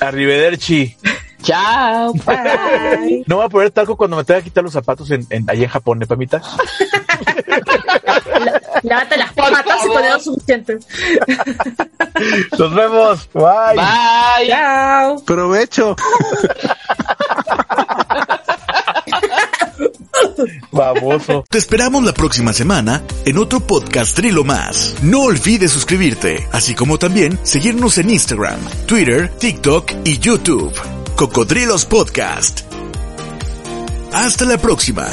[SPEAKER 1] Arrivederci.
[SPEAKER 2] Chao.
[SPEAKER 4] Bye.
[SPEAKER 1] No va a poder talco cuando me tenga que quitar los zapatos en, en- ahí en Japón, ¿eh, Pamita?
[SPEAKER 4] Lávate las
[SPEAKER 2] Por
[SPEAKER 4] patas y
[SPEAKER 2] favor.
[SPEAKER 4] ponelo suficiente.
[SPEAKER 1] Nos vemos. Bye.
[SPEAKER 2] Bye.
[SPEAKER 4] Chao.
[SPEAKER 3] Provecho.
[SPEAKER 1] Baboso.
[SPEAKER 5] Te esperamos la próxima semana en otro podcast Trilo más. No olvides suscribirte, así como también seguirnos en Instagram, Twitter, TikTok y YouTube. Cocodrilos Podcast. Hasta la próxima.